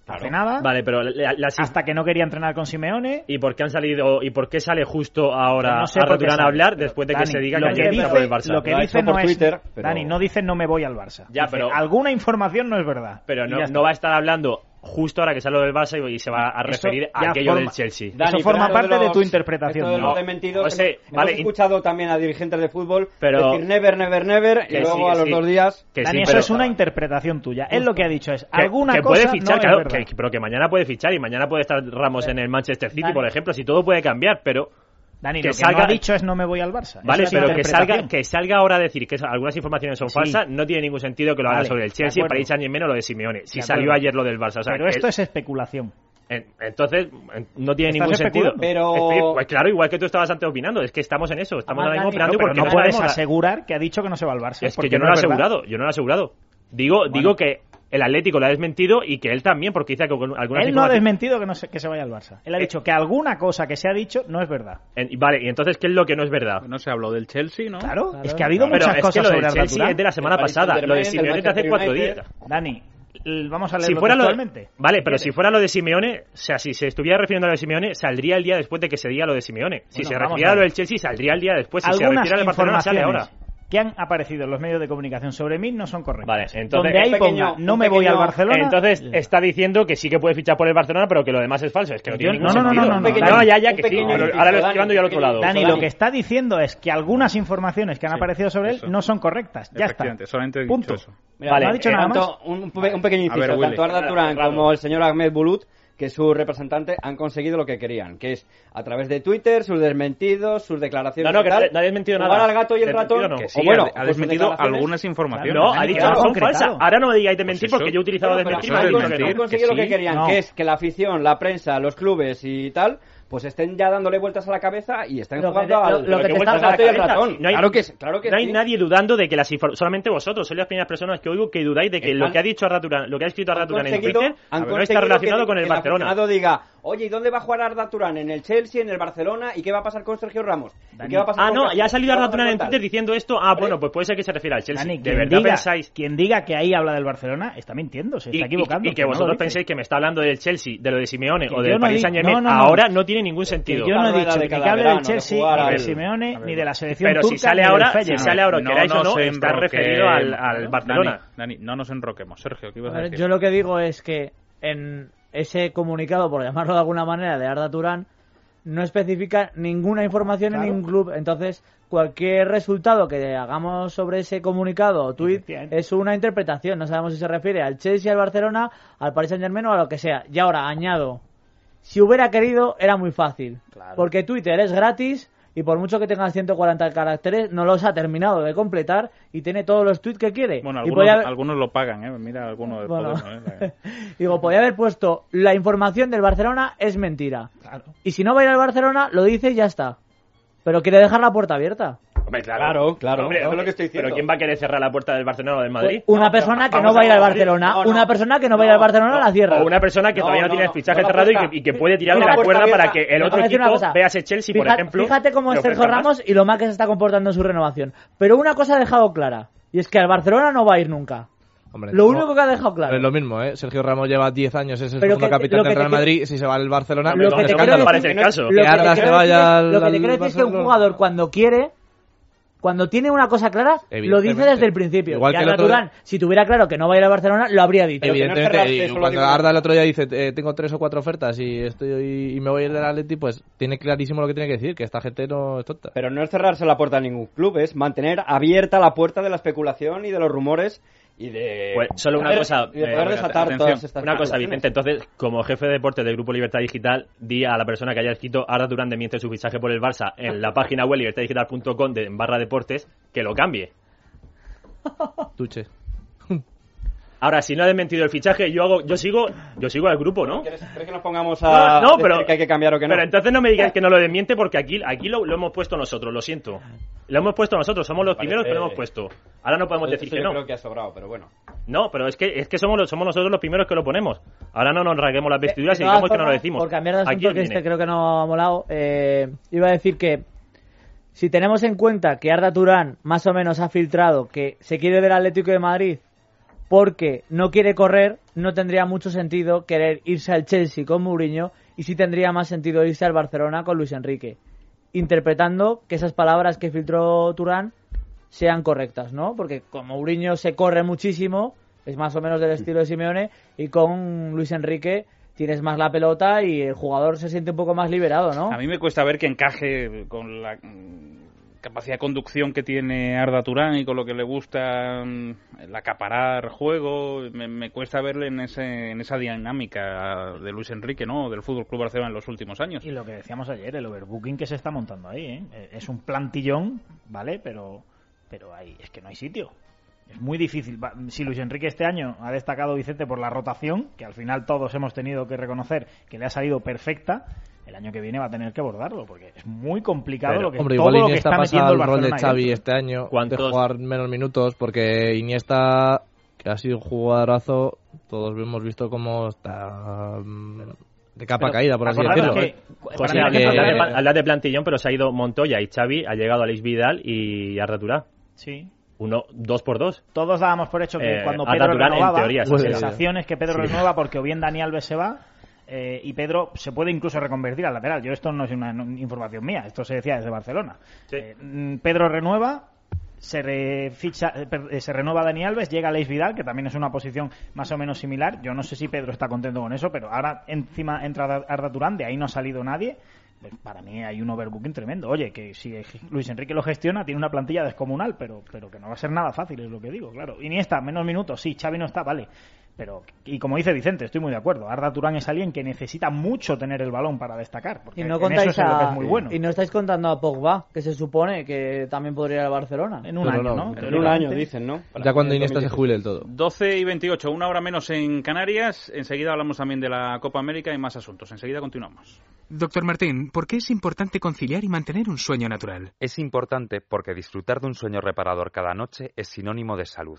[SPEAKER 7] hace nada,
[SPEAKER 11] Vale, pero la- las-
[SPEAKER 7] hasta que no quería entrenar con Simeone.
[SPEAKER 11] ¿Y por qué han salido y por qué sale justo ahora
[SPEAKER 7] No sé
[SPEAKER 11] Arda
[SPEAKER 7] por qué
[SPEAKER 11] Turán a
[SPEAKER 7] sale,
[SPEAKER 11] hablar
[SPEAKER 7] pero,
[SPEAKER 11] después de que
[SPEAKER 7] Dani,
[SPEAKER 11] se diga
[SPEAKER 7] lo
[SPEAKER 11] que
[SPEAKER 7] que
[SPEAKER 11] ayer
[SPEAKER 7] dice-
[SPEAKER 11] entró por el Barça?
[SPEAKER 7] Lo que
[SPEAKER 8] Lo ha
[SPEAKER 7] dice
[SPEAKER 8] hecho por
[SPEAKER 7] no es
[SPEAKER 8] Twitter, pero-
[SPEAKER 7] Dani, no dice no me voy al Barça.
[SPEAKER 11] Ya,
[SPEAKER 7] Dice,
[SPEAKER 11] pero-
[SPEAKER 7] alguna información no es verdad.
[SPEAKER 11] Pero
[SPEAKER 7] Y
[SPEAKER 11] no,
[SPEAKER 7] ya
[SPEAKER 11] no va a estar hablando justo ahora que sale lo del Barça y y se va a
[SPEAKER 7] Eso
[SPEAKER 11] referir a
[SPEAKER 7] ya
[SPEAKER 11] aquello del
[SPEAKER 7] forma-
[SPEAKER 11] Chelsea.
[SPEAKER 7] Da- Eso forma
[SPEAKER 8] pero lo
[SPEAKER 7] parte de tu
[SPEAKER 8] los-
[SPEAKER 7] interpretación,
[SPEAKER 8] esto de
[SPEAKER 7] ¿no?
[SPEAKER 8] los desmentidos,
[SPEAKER 11] José,
[SPEAKER 8] hemos
[SPEAKER 11] Pues vale,
[SPEAKER 8] escuchado también a dirigentes de fútbol
[SPEAKER 11] Pero-
[SPEAKER 8] decir never, never, never, y
[SPEAKER 11] Que sí,
[SPEAKER 8] luego
[SPEAKER 11] que
[SPEAKER 8] a los
[SPEAKER 11] sí.
[SPEAKER 8] dos días...
[SPEAKER 11] Que sí,
[SPEAKER 7] Dani, eso
[SPEAKER 11] pero-
[SPEAKER 7] es una interpretación tuya. Él lo que ha dicho es,
[SPEAKER 11] Que-
[SPEAKER 7] alguna
[SPEAKER 11] que
[SPEAKER 7] cosa
[SPEAKER 11] puede fichar,
[SPEAKER 7] no
[SPEAKER 11] claro,
[SPEAKER 7] es verdad.
[SPEAKER 11] que- pero que mañana puede fichar y mañana puede estar Ramos en el Manchester City,
[SPEAKER 9] Dani.
[SPEAKER 11] por ejemplo, si todo puede cambiar, pero
[SPEAKER 7] Dani,
[SPEAKER 11] que
[SPEAKER 7] lo que
[SPEAKER 11] salga-
[SPEAKER 7] no ha dicho es no me voy al Barça.
[SPEAKER 11] vale,
[SPEAKER 7] Eso es
[SPEAKER 11] pero que salga
[SPEAKER 7] interpretación.
[SPEAKER 11] que salga ahora a decir que algunas informaciones son falsas, no tiene ningún sentido que lo haga
[SPEAKER 7] Vale,
[SPEAKER 11] sobre el
[SPEAKER 7] de
[SPEAKER 11] Chelsea, el
[SPEAKER 7] acuerdo.
[SPEAKER 11] Paris Saint Germain o lo de Simeone. Si
[SPEAKER 7] De
[SPEAKER 11] salió
[SPEAKER 7] acuerdo.
[SPEAKER 11] ayer lo del Barça, o sea,
[SPEAKER 7] Pero
[SPEAKER 11] el-
[SPEAKER 7] esto es especulación.
[SPEAKER 11] en- entonces en- no tiene
[SPEAKER 7] Estás
[SPEAKER 11] ningún sentido.
[SPEAKER 8] especulando. Pero-
[SPEAKER 11] Estoy- pues claro, igual que tú estabas antes opinando, es que estamos en eso, estamos
[SPEAKER 9] Además,
[SPEAKER 11] ahora mismo
[SPEAKER 9] Dani,
[SPEAKER 11] opinando
[SPEAKER 7] No, pero
[SPEAKER 11] porque
[SPEAKER 7] no puedes
[SPEAKER 11] sabemos la-
[SPEAKER 7] asegurar que ha dicho que no se va al Barça.
[SPEAKER 11] Es que
[SPEAKER 7] porque
[SPEAKER 11] yo no lo he
[SPEAKER 7] es verdad.
[SPEAKER 11] asegurado, yo no lo he asegurado. Digo, digo que el Atlético lo ha desmentido y que él también, porque dice que con
[SPEAKER 7] Él
[SPEAKER 11] algunas
[SPEAKER 7] no ha
[SPEAKER 11] informaciones-
[SPEAKER 7] desmentido que, no se, que se vaya al Barça. Él ha
[SPEAKER 11] Eh.
[SPEAKER 7] dicho que alguna cosa que se ha dicho no es verdad.
[SPEAKER 11] en- Vale, y entonces, ¿qué es lo que no es
[SPEAKER 8] Pues
[SPEAKER 11] verdad?
[SPEAKER 6] no se habló del Chelsea, ¿no?
[SPEAKER 7] Claro,
[SPEAKER 9] Claro.
[SPEAKER 7] es que ha habido
[SPEAKER 11] Pero
[SPEAKER 7] muchas
[SPEAKER 11] es que
[SPEAKER 7] cosas
[SPEAKER 11] lo del
[SPEAKER 7] sobre Arda
[SPEAKER 11] Chelsea
[SPEAKER 7] Turán.
[SPEAKER 11] es de la semana
[SPEAKER 8] El Paris
[SPEAKER 11] pasada.
[SPEAKER 8] Saint-Germain,
[SPEAKER 11] Lo de
[SPEAKER 8] el
[SPEAKER 11] Simeone de hace
[SPEAKER 8] Manchester
[SPEAKER 11] cuatro
[SPEAKER 8] United.
[SPEAKER 11] días.
[SPEAKER 7] Dani, l- vamos a leerlo
[SPEAKER 11] Si fuera lo
[SPEAKER 7] textualmente.
[SPEAKER 11] Vale, pero
[SPEAKER 7] ¿Quieres?
[SPEAKER 11] si fuera lo de Simeone, o sea, si se estuviera refiriendo a lo de Simeone, saldría el día después de que se diga lo de Simeone. Si
[SPEAKER 7] Bueno,
[SPEAKER 11] se
[SPEAKER 7] vamos
[SPEAKER 11] refiriera
[SPEAKER 7] a
[SPEAKER 11] a lo
[SPEAKER 7] ver.
[SPEAKER 11] del Chelsea, saldría el día después. pues Si se
[SPEAKER 7] Algunas
[SPEAKER 11] refiere al Barcelona, sale
[SPEAKER 7] informaciones
[SPEAKER 11] ahora.
[SPEAKER 7] que han aparecido en los medios de comunicación sobre mí no son correctas.
[SPEAKER 11] Vale, entonces-
[SPEAKER 7] Donde ahí
[SPEAKER 8] Un pequeño-
[SPEAKER 7] ponga, no
[SPEAKER 8] un
[SPEAKER 7] me voy al
[SPEAKER 8] pequeño-
[SPEAKER 7] Barcelona...
[SPEAKER 11] Entonces está diciendo que sí que puede fichar por el Barcelona, pero que lo demás es falso. Es que no tiene
[SPEAKER 7] Yo-
[SPEAKER 11] ningún
[SPEAKER 7] no, no, no,
[SPEAKER 11] sentido.
[SPEAKER 7] no, no, no,
[SPEAKER 11] ya, ya,
[SPEAKER 8] un
[SPEAKER 11] que sí.
[SPEAKER 8] pequeño
[SPEAKER 11] pero
[SPEAKER 8] inciso,
[SPEAKER 11] ahora lo estoy
[SPEAKER 8] Dani,
[SPEAKER 11] llevando yo al otro
[SPEAKER 8] pequeño
[SPEAKER 11] lado.
[SPEAKER 8] inciso.
[SPEAKER 7] Dani,
[SPEAKER 8] Dani.
[SPEAKER 7] lo que está diciendo es que algunas informaciones que han
[SPEAKER 6] Sí,
[SPEAKER 7] aparecido sobre él
[SPEAKER 6] eso.
[SPEAKER 7] no son correctas. Ya está.
[SPEAKER 6] Efectivamente, solamente he dicho
[SPEAKER 7] Punto.
[SPEAKER 6] eso.
[SPEAKER 7] no ha dicho nada más.
[SPEAKER 8] tanto- Un, un pequeño inciso.
[SPEAKER 6] ver, Willy.
[SPEAKER 8] tanto Arda Turán
[SPEAKER 11] Raro.
[SPEAKER 8] como el señor Ahmed Bulut, que es su representante, han conseguido lo que querían, que es a través de Twitter, sus desmentidos, sus declaraciones.
[SPEAKER 11] No, no, que
[SPEAKER 8] y tal,
[SPEAKER 11] no ha desmentido nada.
[SPEAKER 8] jugar al gato y el
[SPEAKER 11] Desmentido
[SPEAKER 8] ratón.
[SPEAKER 11] no.
[SPEAKER 6] Que
[SPEAKER 8] o
[SPEAKER 6] sí,
[SPEAKER 8] bueno,
[SPEAKER 6] ha, ha
[SPEAKER 8] pues sus
[SPEAKER 6] desmentido
[SPEAKER 8] declaraciones.
[SPEAKER 6] algunas informaciones.
[SPEAKER 11] No, ha
[SPEAKER 6] Dani,
[SPEAKER 11] dicho
[SPEAKER 6] claro.
[SPEAKER 11] que son
[SPEAKER 7] concretado.
[SPEAKER 11] falsas. Ahora no me digáis de mentir
[SPEAKER 6] Pues eso.
[SPEAKER 11] porque yo he utilizado
[SPEAKER 8] Claro,
[SPEAKER 11] de
[SPEAKER 8] pero
[SPEAKER 11] mentir.
[SPEAKER 6] eso
[SPEAKER 8] han
[SPEAKER 6] es
[SPEAKER 11] me
[SPEAKER 8] cons-
[SPEAKER 11] han dicho que
[SPEAKER 6] mentir.
[SPEAKER 8] han
[SPEAKER 11] no.
[SPEAKER 8] conseguido
[SPEAKER 6] que
[SPEAKER 8] lo que
[SPEAKER 6] sí.
[SPEAKER 8] querían,
[SPEAKER 7] No.
[SPEAKER 8] que es que la afición, la prensa, los clubes y tal, pues estén ya dándole vueltas a la cabeza y estén
[SPEAKER 9] Lo que
[SPEAKER 8] jugando
[SPEAKER 9] te-
[SPEAKER 8] al,
[SPEAKER 9] lo- lo que te
[SPEAKER 8] vueltas
[SPEAKER 9] está-
[SPEAKER 8] al gato y al
[SPEAKER 11] la cabeza.
[SPEAKER 8] ratón.
[SPEAKER 11] No hay-
[SPEAKER 8] claro que, claro que
[SPEAKER 11] no hay
[SPEAKER 8] sí.
[SPEAKER 11] nadie dudando de que las informaciones, solamente vosotros, sois las primeras personas que oigo que dudáis de que
[SPEAKER 8] Están-
[SPEAKER 11] lo que ha dicho Arda Turán, lo que ha escrito Arda
[SPEAKER 8] Han
[SPEAKER 11] Turán en
[SPEAKER 8] conseguido-
[SPEAKER 11] Twitter,
[SPEAKER 8] han
[SPEAKER 11] no está
[SPEAKER 8] conseguido
[SPEAKER 11] relacionado
[SPEAKER 8] que-
[SPEAKER 11] con el
[SPEAKER 8] que
[SPEAKER 11] Barcelona.
[SPEAKER 8] aficionado diga, oye, ¿y dónde va a jugar Arda Turán? ¿En el Chelsea, en el Barcelona? ¿Y qué va a pasar con Sergio Ramos? ¿Y
[SPEAKER 7] Dani.
[SPEAKER 8] qué va a pasar
[SPEAKER 11] Ah,
[SPEAKER 8] con
[SPEAKER 11] no,
[SPEAKER 8] Casillas?
[SPEAKER 11] ya ha salido
[SPEAKER 8] ¿Qué va
[SPEAKER 11] Arda
[SPEAKER 8] a pasar
[SPEAKER 11] Turán
[SPEAKER 8] con
[SPEAKER 11] en
[SPEAKER 8] tal?
[SPEAKER 11] Twitter diciendo esto. Ah, bueno, pues puede ser que se refiere al Chelsea.
[SPEAKER 7] Dani,
[SPEAKER 11] ¿De
[SPEAKER 7] quien
[SPEAKER 11] verdad
[SPEAKER 7] diga,
[SPEAKER 11] pensáis?
[SPEAKER 7] quien diga que ahí habla del Barcelona está mintiendo, se está equivocando.
[SPEAKER 11] y que,
[SPEAKER 7] no lo
[SPEAKER 11] vosotros
[SPEAKER 7] dice.
[SPEAKER 11] penséis que me está hablando del Chelsea, de lo de Simeone
[SPEAKER 7] Que
[SPEAKER 11] o del
[SPEAKER 7] yo no
[SPEAKER 11] Paris
[SPEAKER 7] di-
[SPEAKER 11] Saint Germain,
[SPEAKER 7] no, no, no.
[SPEAKER 11] ahora no tiene ningún
[SPEAKER 7] Que
[SPEAKER 11] sentido.
[SPEAKER 7] yo no
[SPEAKER 8] Habla
[SPEAKER 7] he
[SPEAKER 8] de la
[SPEAKER 7] dicho
[SPEAKER 8] de
[SPEAKER 7] ni que
[SPEAKER 8] cada
[SPEAKER 7] hable
[SPEAKER 8] verano,
[SPEAKER 7] del
[SPEAKER 8] de
[SPEAKER 7] Chelsea,
[SPEAKER 8] jugar
[SPEAKER 7] ni
[SPEAKER 8] al-
[SPEAKER 7] del Simeone, ni de la selección
[SPEAKER 11] Pero si
[SPEAKER 7] turca,
[SPEAKER 11] sale
[SPEAKER 7] ni del
[SPEAKER 11] ahora, Ah, si
[SPEAKER 7] Feyenoord.
[SPEAKER 11] sale ahora,
[SPEAKER 6] No
[SPEAKER 11] queráis o no,
[SPEAKER 6] nos
[SPEAKER 11] está
[SPEAKER 6] enroquemos.
[SPEAKER 11] referido al, al
[SPEAKER 6] Dani,
[SPEAKER 11] Barcelona.
[SPEAKER 6] Dani, no nos enroquemos. Sergio, ¿qué ibas
[SPEAKER 9] A
[SPEAKER 6] a
[SPEAKER 9] ver,
[SPEAKER 6] decir?
[SPEAKER 9] yo lo que digo es que en ese comunicado, por llamarlo de alguna manera, de Arda Turán, no especifica ninguna información en
[SPEAKER 7] Claro.
[SPEAKER 9] ningún club. Entonces, cualquier resultado que hagamos sobre ese comunicado o tuit
[SPEAKER 7] Efectivamente.
[SPEAKER 9] es una interpretación. No sabemos si se refiere al Chelsea, al Barcelona, al Paris Saint Germain o a lo que sea. Y ahora, añado, si hubiera querido, era muy fácil. Porque Twitter es gratis y por mucho que tenga 140 caracteres, no los ha terminado de completar y tiene todos los tweets que quiere.
[SPEAKER 6] Bueno,
[SPEAKER 9] Y
[SPEAKER 6] algunos,
[SPEAKER 9] podía-
[SPEAKER 6] algunos lo pagan, ¿eh? Mira, algunos de
[SPEAKER 9] Bueno.
[SPEAKER 6] Podemos, ¿eh?
[SPEAKER 9] Digo, podía haber puesto la información del Barcelona es mentira.
[SPEAKER 7] Claro.
[SPEAKER 9] Y si no va a ir al Barcelona, lo dice y ya está. Pero quiere dejar la puerta abierta.
[SPEAKER 11] Hombre,
[SPEAKER 8] Claro, claro,
[SPEAKER 11] Hombre,
[SPEAKER 8] eso es lo
[SPEAKER 11] hombre,
[SPEAKER 8] que estoy diciendo.
[SPEAKER 11] Pero ¿quién va a querer cerrar la puerta del Barcelona o del Madrid?
[SPEAKER 9] Pues Una persona que no va a ir al Barcelona, una persona que no va a ir al Barcelona la cierra.
[SPEAKER 11] O una persona que
[SPEAKER 8] No,
[SPEAKER 11] todavía no,
[SPEAKER 8] no,
[SPEAKER 11] tiene
[SPEAKER 8] no,
[SPEAKER 11] el fichaje
[SPEAKER 8] no la
[SPEAKER 11] cerrado y
[SPEAKER 8] puerta.
[SPEAKER 11] que, y que puede tirar
[SPEAKER 8] No
[SPEAKER 11] de
[SPEAKER 8] la
[SPEAKER 11] la
[SPEAKER 8] puerta
[SPEAKER 11] cuerda para que
[SPEAKER 8] abierta.
[SPEAKER 11] el
[SPEAKER 9] Te
[SPEAKER 11] otro
[SPEAKER 9] voy a decir
[SPEAKER 11] equipo
[SPEAKER 9] una cosa.
[SPEAKER 11] vea ese Chelsea, por
[SPEAKER 9] Fija-
[SPEAKER 11] ejemplo.
[SPEAKER 9] Fíjate cómo
[SPEAKER 11] le
[SPEAKER 9] es Sergio
[SPEAKER 11] ofrezca más.
[SPEAKER 9] Ramos y lo mal que se está comportando en su renovación. Pero una cosa ha dejado clara, y es que al Barcelona no va a ir nunca.
[SPEAKER 10] Hombre,
[SPEAKER 9] Lo
[SPEAKER 10] no-
[SPEAKER 9] único que ha dejado
[SPEAKER 10] no
[SPEAKER 9] claro.
[SPEAKER 10] es lo mismo, ¿eh? Sergio Ramos lleva 10 años, es el
[SPEAKER 9] Pero
[SPEAKER 10] segundo
[SPEAKER 9] que- lo
[SPEAKER 10] capitán
[SPEAKER 9] que
[SPEAKER 10] del
[SPEAKER 9] te
[SPEAKER 10] Real
[SPEAKER 9] quiero-
[SPEAKER 10] Madrid. Si se va al Barcelona,
[SPEAKER 9] Lo
[SPEAKER 10] no,
[SPEAKER 9] que
[SPEAKER 10] es
[SPEAKER 9] te
[SPEAKER 10] escándalo.
[SPEAKER 9] quiero
[SPEAKER 11] parece
[SPEAKER 9] decir-
[SPEAKER 11] el caso.
[SPEAKER 9] lo
[SPEAKER 10] Que
[SPEAKER 9] que te
[SPEAKER 10] Ardas
[SPEAKER 9] quiero
[SPEAKER 10] se vaya
[SPEAKER 9] decir-
[SPEAKER 10] al-
[SPEAKER 9] lo que te
[SPEAKER 10] al
[SPEAKER 9] quiero decir es que un
[SPEAKER 10] Barcelona.
[SPEAKER 9] jugador cuando quiere, cuando tiene una cosa clara, lo dice
[SPEAKER 10] Evidentemente.
[SPEAKER 9] desde el principio.
[SPEAKER 10] Igual
[SPEAKER 9] Y
[SPEAKER 10] que el
[SPEAKER 9] Arda
[SPEAKER 10] otro-
[SPEAKER 9] Turán, si tuviera claro que no va a ir al Barcelona, lo habría dicho.
[SPEAKER 8] Pero que no es
[SPEAKER 10] Evidentemente,
[SPEAKER 8] cerrarse,
[SPEAKER 10] y
[SPEAKER 8] eso lo
[SPEAKER 10] cuando
[SPEAKER 8] digo yo.
[SPEAKER 10] Arda el otro día dice, eh, tengo tres o cuatro ofertas y estoy y me voy a ir del Atleti, pues tiene clarísimo lo que tiene que decir, que esta gente no es tonta.
[SPEAKER 8] Pero no es cerrarse la puerta a ningún club, es mantener abierta la puerta de la especulación y de los rumores y de.
[SPEAKER 11] Pues, solo una
[SPEAKER 8] poder-
[SPEAKER 11] cosa,
[SPEAKER 8] y de
[SPEAKER 11] eh,
[SPEAKER 8] poder desatar
[SPEAKER 6] atención.
[SPEAKER 8] todas estas
[SPEAKER 11] Una cosa,
[SPEAKER 8] especulaciones.
[SPEAKER 11] Vicente, entonces, como jefe de deporte del Grupo Libertad Digital, di a la persona que haya escrito Arda Durán demiente su fichaje por el Barça en la página web libertaddigital.com de en barra deportes que lo cambie.
[SPEAKER 10] Tuche.
[SPEAKER 11] Ahora, si no ha desmentido el fichaje, yo hago, yo sigo, yo sigo al grupo, ¿no?
[SPEAKER 8] ¿Quieres- ¿Crees que nos pongamos
[SPEAKER 11] No,
[SPEAKER 8] a.
[SPEAKER 11] no,
[SPEAKER 8] decir
[SPEAKER 11] pero
[SPEAKER 8] que hay que cambiar o que no?
[SPEAKER 11] Pero entonces no me digáis que no lo desmiente porque aquí, aquí lo, lo hemos puesto nosotros, lo siento. Lo hemos puesto nosotros, somos los
[SPEAKER 8] Parece-
[SPEAKER 11] primeros que lo hemos puesto. Ahora no podemos decir
[SPEAKER 8] Eso
[SPEAKER 11] que
[SPEAKER 8] yo
[SPEAKER 11] no.
[SPEAKER 8] creo que ha sobrado, pero bueno.
[SPEAKER 11] No, pero es que es que somos los- somos nosotros los primeros que lo ponemos. Ahora no nos rasguemos las vestiduras
[SPEAKER 9] De
[SPEAKER 11] y
[SPEAKER 9] todas
[SPEAKER 11] digamos que no lo
[SPEAKER 9] formas,
[SPEAKER 11] decimos.
[SPEAKER 9] Por cambiar de
[SPEAKER 11] Aquí
[SPEAKER 9] asunto,
[SPEAKER 11] os
[SPEAKER 9] que
[SPEAKER 11] viene.
[SPEAKER 9] este creo que no ha molado, eh, iba a decir que si tenemos en cuenta que Arda Turán más o menos ha filtrado que se quiere del Atlético de Madrid porque no quiere correr, no tendría mucho sentido querer irse al Chelsea con Mourinho y sí tendría más sentido irse al Barcelona con Luis Enrique. Interpretando que esas palabras que filtró Turán sean correctas, ¿no? Porque con Mourinho se corre muchísimo, es más o menos del estilo de Simeone, y con Luis Enrique tienes más la pelota y el jugador se siente un poco más liberado, ¿no?
[SPEAKER 6] A mí me cuesta ver que encaje con la mm, capacidad de conducción que tiene Arda Turán y con lo que le gusta mm, el acaparar juego. Me, me cuesta verle en, ese, en esa dinámica de Luis Enrique, ¿no? Del Fútbol Club Barcelona en los últimos años.
[SPEAKER 7] Y lo que decíamos ayer, el overbooking que se está montando ahí, ¿eh? Eh, es un plantillón, ¿vale? Pero, pero hay, es que no hay sitio. Es muy difícil. Va- Si Luis Enrique este año ha destacado Vicente por la rotación, que al final todos hemos tenido que reconocer que le ha salido perfecta, el año que viene va a tener que abordarlo, porque es muy complicado
[SPEAKER 11] Pero,
[SPEAKER 7] lo que,
[SPEAKER 10] Hombre,
[SPEAKER 7] todo
[SPEAKER 10] igual
[SPEAKER 7] lo que
[SPEAKER 10] Iniesta
[SPEAKER 7] está
[SPEAKER 10] pasa
[SPEAKER 7] metiendo el
[SPEAKER 10] al rol
[SPEAKER 7] Barcelona. ¿eh?
[SPEAKER 10] de
[SPEAKER 7] ahí
[SPEAKER 10] Xavi
[SPEAKER 7] dentro.
[SPEAKER 10] este año,
[SPEAKER 11] ¿Cuántos?
[SPEAKER 10] de jugar menos minutos, porque Iniesta, que ha sido un jugadorazo, todos hemos visto cómo está mm, de capa caída, por así
[SPEAKER 7] Acordaros
[SPEAKER 10] decirlo.
[SPEAKER 7] que-
[SPEAKER 11] José,
[SPEAKER 10] Para
[SPEAKER 11] hablas de-
[SPEAKER 10] mí que-
[SPEAKER 11] hablas de plan- hablas de plantillón, pero se ha ido Montoya y Xavi, ha llegado Alex Vidal y Arda Turán.
[SPEAKER 7] Sí.
[SPEAKER 11] Uno, dos por dos.
[SPEAKER 7] Todos dábamos por hecho que
[SPEAKER 11] Eh,
[SPEAKER 7] cuando
[SPEAKER 11] Arda
[SPEAKER 7] Pedro
[SPEAKER 11] Turán, en
[SPEAKER 7] renovaba,
[SPEAKER 11] teoría,
[SPEAKER 10] sí,
[SPEAKER 7] las
[SPEAKER 10] sí.
[SPEAKER 7] sensaciones que Pedro renueva porque o bien Dani Alves se va eh, y Pedro se puede incluso reconvertir al lateral. Yo esto no es una no- información mía, esto se decía desde Barcelona.
[SPEAKER 11] Sí.
[SPEAKER 7] Eh, mm, Pedro renueva, se, re- ficha- eh, per- eh, se renueva Dani Alves, llega Leis Vidal, que también es una posición más o menos similar. Yo no sé si Pedro está contento con eso, pero ahora encima entra Arda- Arda Turán, de ahí no ha salido nadie. Pues Para mí hay un overbooking tremendo. Oye, que si Luis Enrique lo gestiona, tiene una plantilla descomunal, pero, pero que no va a ser nada fácil, es lo que digo, claro. Iniesta, menos minutos, sí, Xavi no está, vale. Pero, y como dice Vicente, estoy muy de acuerdo. Arda Turán es alguien que necesita mucho tener el balón para destacar. Porque
[SPEAKER 9] Y
[SPEAKER 7] en
[SPEAKER 9] no
[SPEAKER 7] eso
[SPEAKER 9] contáis
[SPEAKER 7] es en lo que
[SPEAKER 9] a-
[SPEAKER 7] es muy bueno.
[SPEAKER 9] y no estáis contando a Pogba, que se supone que también podría ir al Barcelona.
[SPEAKER 7] En un
[SPEAKER 10] Pero
[SPEAKER 7] año,
[SPEAKER 10] no,
[SPEAKER 7] ¿no?
[SPEAKER 10] en
[SPEAKER 8] En un año,
[SPEAKER 7] Teóricamente.
[SPEAKER 8] dicen, ¿no?
[SPEAKER 10] Ya cuando
[SPEAKER 8] En
[SPEAKER 10] Iniesta se
[SPEAKER 8] 2016.
[SPEAKER 10] jubile del todo.
[SPEAKER 6] 12 y 28, una hora menos en Canarias. Enseguida hablamos también de la Copa América y más asuntos. Enseguida continuamos.
[SPEAKER 12] Doctor Martín, ¿por qué es importante conciliar y mantener un sueño natural?
[SPEAKER 13] Es importante porque disfrutar de un sueño reparador cada noche es sinónimo de salud.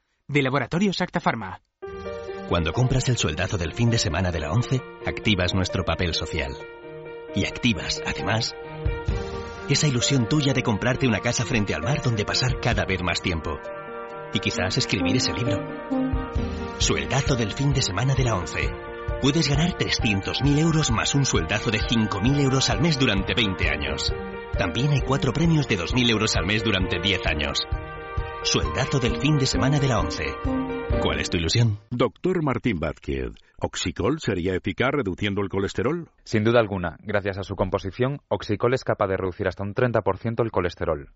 [SPEAKER 12] De Laboratorio Sacta Pharma.
[SPEAKER 14] Cuando compras el sueldazo del fin de semana de la 11, activas nuestro papel social. Y activas, además, esa ilusión tuya de comprarte una casa frente al mar donde pasar cada vez más tiempo. Y quizás escribir ese libro. Sueldazo del fin de semana de la 11. Puedes ganar 300.000 euros más un sueldazo de 5.000 euros al mes durante 20 años. También hay cuatro premios de 2.000 euros al mes durante 10 años. Sueldazo del fin de semana de la 11. ¿Cuál es tu ilusión?
[SPEAKER 15] Doctor Martín Vázquez, ¿Oxicol sería eficaz reduciendo el colesterol?
[SPEAKER 13] Sin duda alguna, gracias a su composición, Oxicol es capaz de reducir hasta un 30% el colesterol.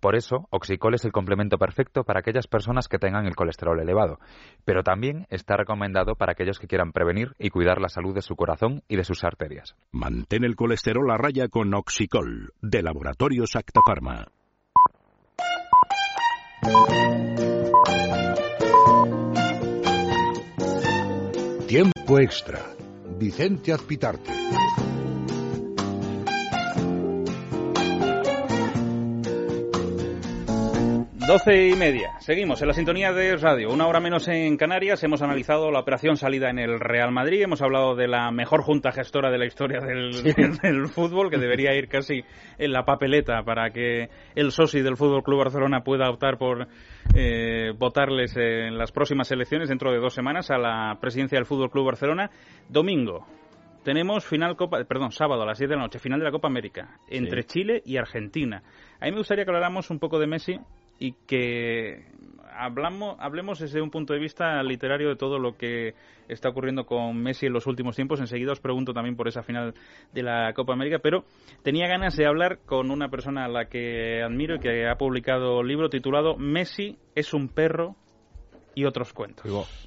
[SPEAKER 13] Por eso, Oxicol es el complemento perfecto para aquellas personas que tengan el colesterol elevado, pero también está recomendado para aquellos que quieran prevenir y cuidar la salud de su corazón y de sus arterias.
[SPEAKER 15] Mantén el colesterol a raya con Oxicol, de Laboratorios Actafarma.
[SPEAKER 1] Tiempo extra. Vicente Azpitarte.
[SPEAKER 6] Doce y media. Seguimos en la sintonía de radio. Una hora menos en Canarias. Hemos analizado la operación salida en el Real Madrid. Hemos hablado de la mejor junta gestora de la historia del, del fútbol, que debería ir casi en la papeleta para que el soci del Fútbol Club Barcelona pueda optar por eh, votarles en las próximas elecciones dentro de dos semanas a la presidencia del Fútbol Club Barcelona. Domingo. Tenemos final Copa, perdón, sábado a las 10 de la noche, final de la Copa América, entre Chile y Argentina. A mí me gustaría que habláramos un poco de Messi, y que hablamos, hablemos desde un punto de vista literario de todo lo que está ocurriendo con Messi en los últimos tiempos. Enseguida os pregunto también por esa final de la Copa América, pero tenía ganas de hablar con una persona a la que admiro y que ha publicado un libro titulado Messi es un perro y otros cuentos.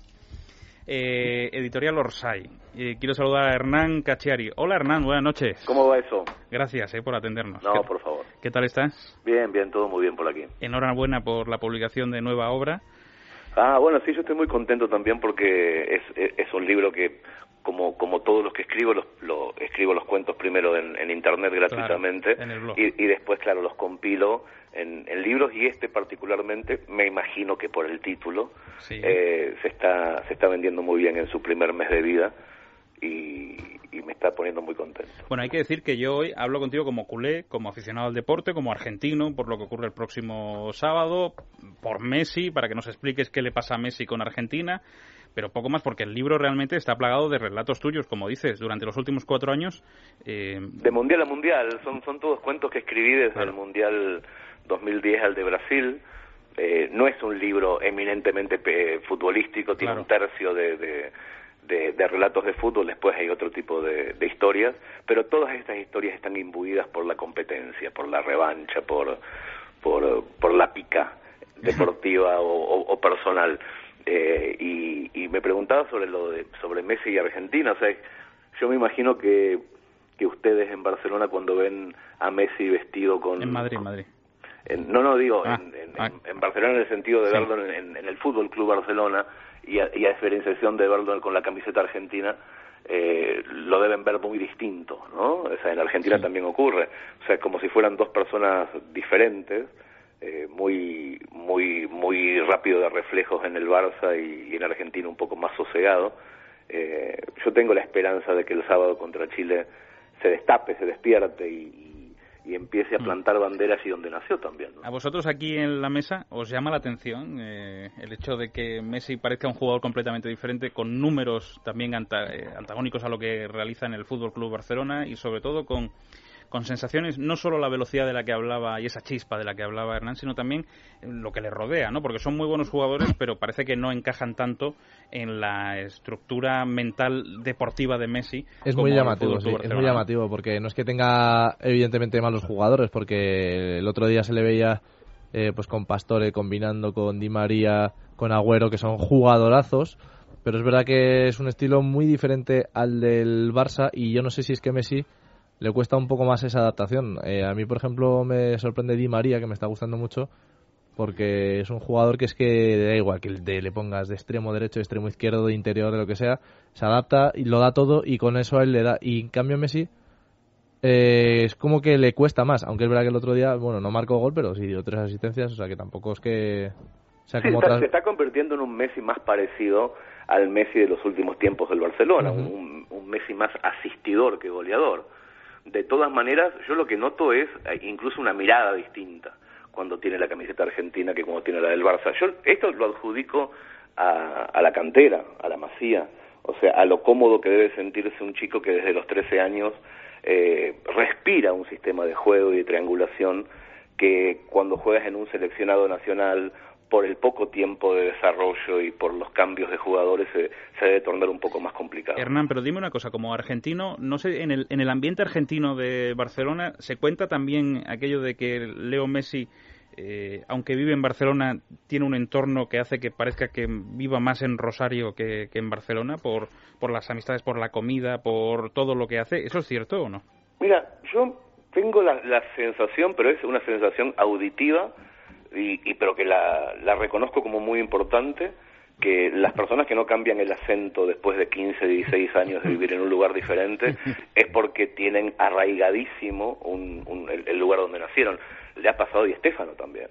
[SPEAKER 6] Eh, editorial Orsay. Eh, quiero saludar a Hernán Cachiari. Hola Hernán, buenas noches.
[SPEAKER 16] ¿Cómo va eso?
[SPEAKER 6] Gracias eh, por atendernos.
[SPEAKER 16] No,
[SPEAKER 6] ¿Qué-
[SPEAKER 16] por favor.
[SPEAKER 6] ¿Qué tal estás?
[SPEAKER 16] Bien, bien, todo muy bien por aquí.
[SPEAKER 6] Enhorabuena por la publicación de nueva obra.
[SPEAKER 16] Ah, bueno, sí, yo estoy muy contento también porque es, es, es un libro que, como, como todos los que escribo, los, lo- escribo los cuentos primero en, en internet gratuitamente
[SPEAKER 6] en el blog.
[SPEAKER 16] y, y después, claro, los compilo en, en libros y este particularmente, me imagino que por el título,
[SPEAKER 6] Sí.
[SPEAKER 16] eh, se, está, se está vendiendo muy bien en su primer mes de vida y, y me está poniendo muy contento.
[SPEAKER 6] Bueno, hay que decir que yo hoy hablo contigo como culé, como aficionado al deporte, como argentino, por lo que ocurre el próximo sábado, por Messi, para que nos expliques qué le pasa a Messi con Argentina, pero poco más porque el libro realmente está plagado de relatos tuyos, como dices, durante los últimos cuatro años. eh,
[SPEAKER 16] De mundial a mundial, son, son todos cuentos que escribí desde el mundial 2010 al de Brasil. Eh, no es un libro eminentemente pe- futbolístico, tiene un tercio de, de, de- de relatos de fútbol, después hay otro tipo de, de historias, pero todas estas historias están imbuidas por la competencia, por la revancha, por, por, por la pica deportiva o, o- o personal. Eh, y, y me preguntaba sobre lo de, sobre Messi y Argentina, o sea, yo me imagino que que ustedes en Barcelona cuando ven a Messi vestido con...
[SPEAKER 6] en Madrid, Madrid.
[SPEAKER 16] en- no, no, digo,
[SPEAKER 6] Ah,
[SPEAKER 16] en, en-
[SPEAKER 6] ah.
[SPEAKER 16] en Barcelona en el sentido de
[SPEAKER 6] Sí.
[SPEAKER 16] verlo en, en- en el Fútbol Club Barcelona y a, y a diferenciación de verlo con la camiseta argentina, eh, lo deben ver muy distinto, ¿no? O sea, en Argentina también ocurre. O sea, como si fueran dos personas diferentes, eh, muy, muy, muy rápido de reflejos en el Barça y, y en Argentina un poco más sosegado. Eh, yo tengo la esperanza de que el sábado contra Chile se destape, se despierte y, y- y empiece a
[SPEAKER 6] Mm.
[SPEAKER 16] plantar banderas y donde nació también. ¿no?
[SPEAKER 6] ¿A vosotros aquí en la mesa os llama la atención eh, el hecho de que Messi parezca un jugador completamente diferente, con números también anta- eh, antagónicos a lo que realiza en el Fútbol Club Barcelona y sobre todo con, con sensaciones, no solo la velocidad de la que hablaba y esa chispa de la que hablaba Hernán, sino también eh, lo que le rodea, ¿no? Porque son muy buenos jugadores, pero parece que no encajan tanto en la estructura mental deportiva de Messi.
[SPEAKER 10] Es
[SPEAKER 6] como
[SPEAKER 10] muy
[SPEAKER 6] el
[SPEAKER 10] llamativo,
[SPEAKER 6] Fútbol
[SPEAKER 10] sí,
[SPEAKER 6] Club
[SPEAKER 10] es muy
[SPEAKER 6] Barcelona.
[SPEAKER 10] llamativo, porque no es que tenga evidentemente malos jugadores, porque el otro día se le veía eh, pues con Pastore combinando con Di María, con Agüero, que son jugadorazos, pero es verdad que es un estilo muy diferente al del Barça y yo no sé si es que Messi le cuesta un poco más esa adaptación. Eh, a mí, por ejemplo, me sorprende Di María, que me está gustando mucho, porque es un jugador que es que da igual que te le pongas de extremo derecho, de extremo izquierdo, de interior, de lo que sea, se adapta y lo da todo y con eso a él le da. Y en cambio Messi eh, es como que le cuesta más, aunque es verdad que el otro día, bueno, no marcó gol, pero sí dio tres asistencias, o sea que tampoco es que sea
[SPEAKER 16] Sí,
[SPEAKER 10] como
[SPEAKER 16] está-
[SPEAKER 10] otras...
[SPEAKER 16] Se está convirtiendo en un Messi más parecido al Messi de los últimos tiempos del Barcelona, un, un Messi más asistidor que goleador. De todas maneras, yo lo que noto es eh, incluso una mirada distinta cuando tiene la camiseta argentina que cuando tiene la del Barça. Yo esto lo adjudico a, a la cantera, a la masía, o sea, a lo cómodo que debe sentirse un chico que desde los 13 años eh, respira un sistema de juego y de triangulación que cuando juegas en un seleccionado nacional por el poco tiempo de desarrollo y por los cambios de jugadores se, se debe tornar un poco más complicado.
[SPEAKER 6] Hernán, pero dime una cosa, como argentino, no sé, en el, en el ambiente argentino de Barcelona, ¿se cuenta también aquello de que Leo Messi eh, aunque vive en Barcelona, tiene un entorno que hace que parezca que viva más en Rosario que, que en Barcelona por, por las amistades, por la comida, por todo lo que hace. ¿Eso es cierto o no?
[SPEAKER 16] Mira, yo tengo la, la sensación, pero es una sensación auditiva, y, y pero que la, la reconozco como muy importante, que las personas que no cambian el acento después de 15, 16 años de vivir en un lugar diferente es porque tienen arraigadísimo un, un- el, el lugar donde nacieron. Le ha pasado a Di Stefano también.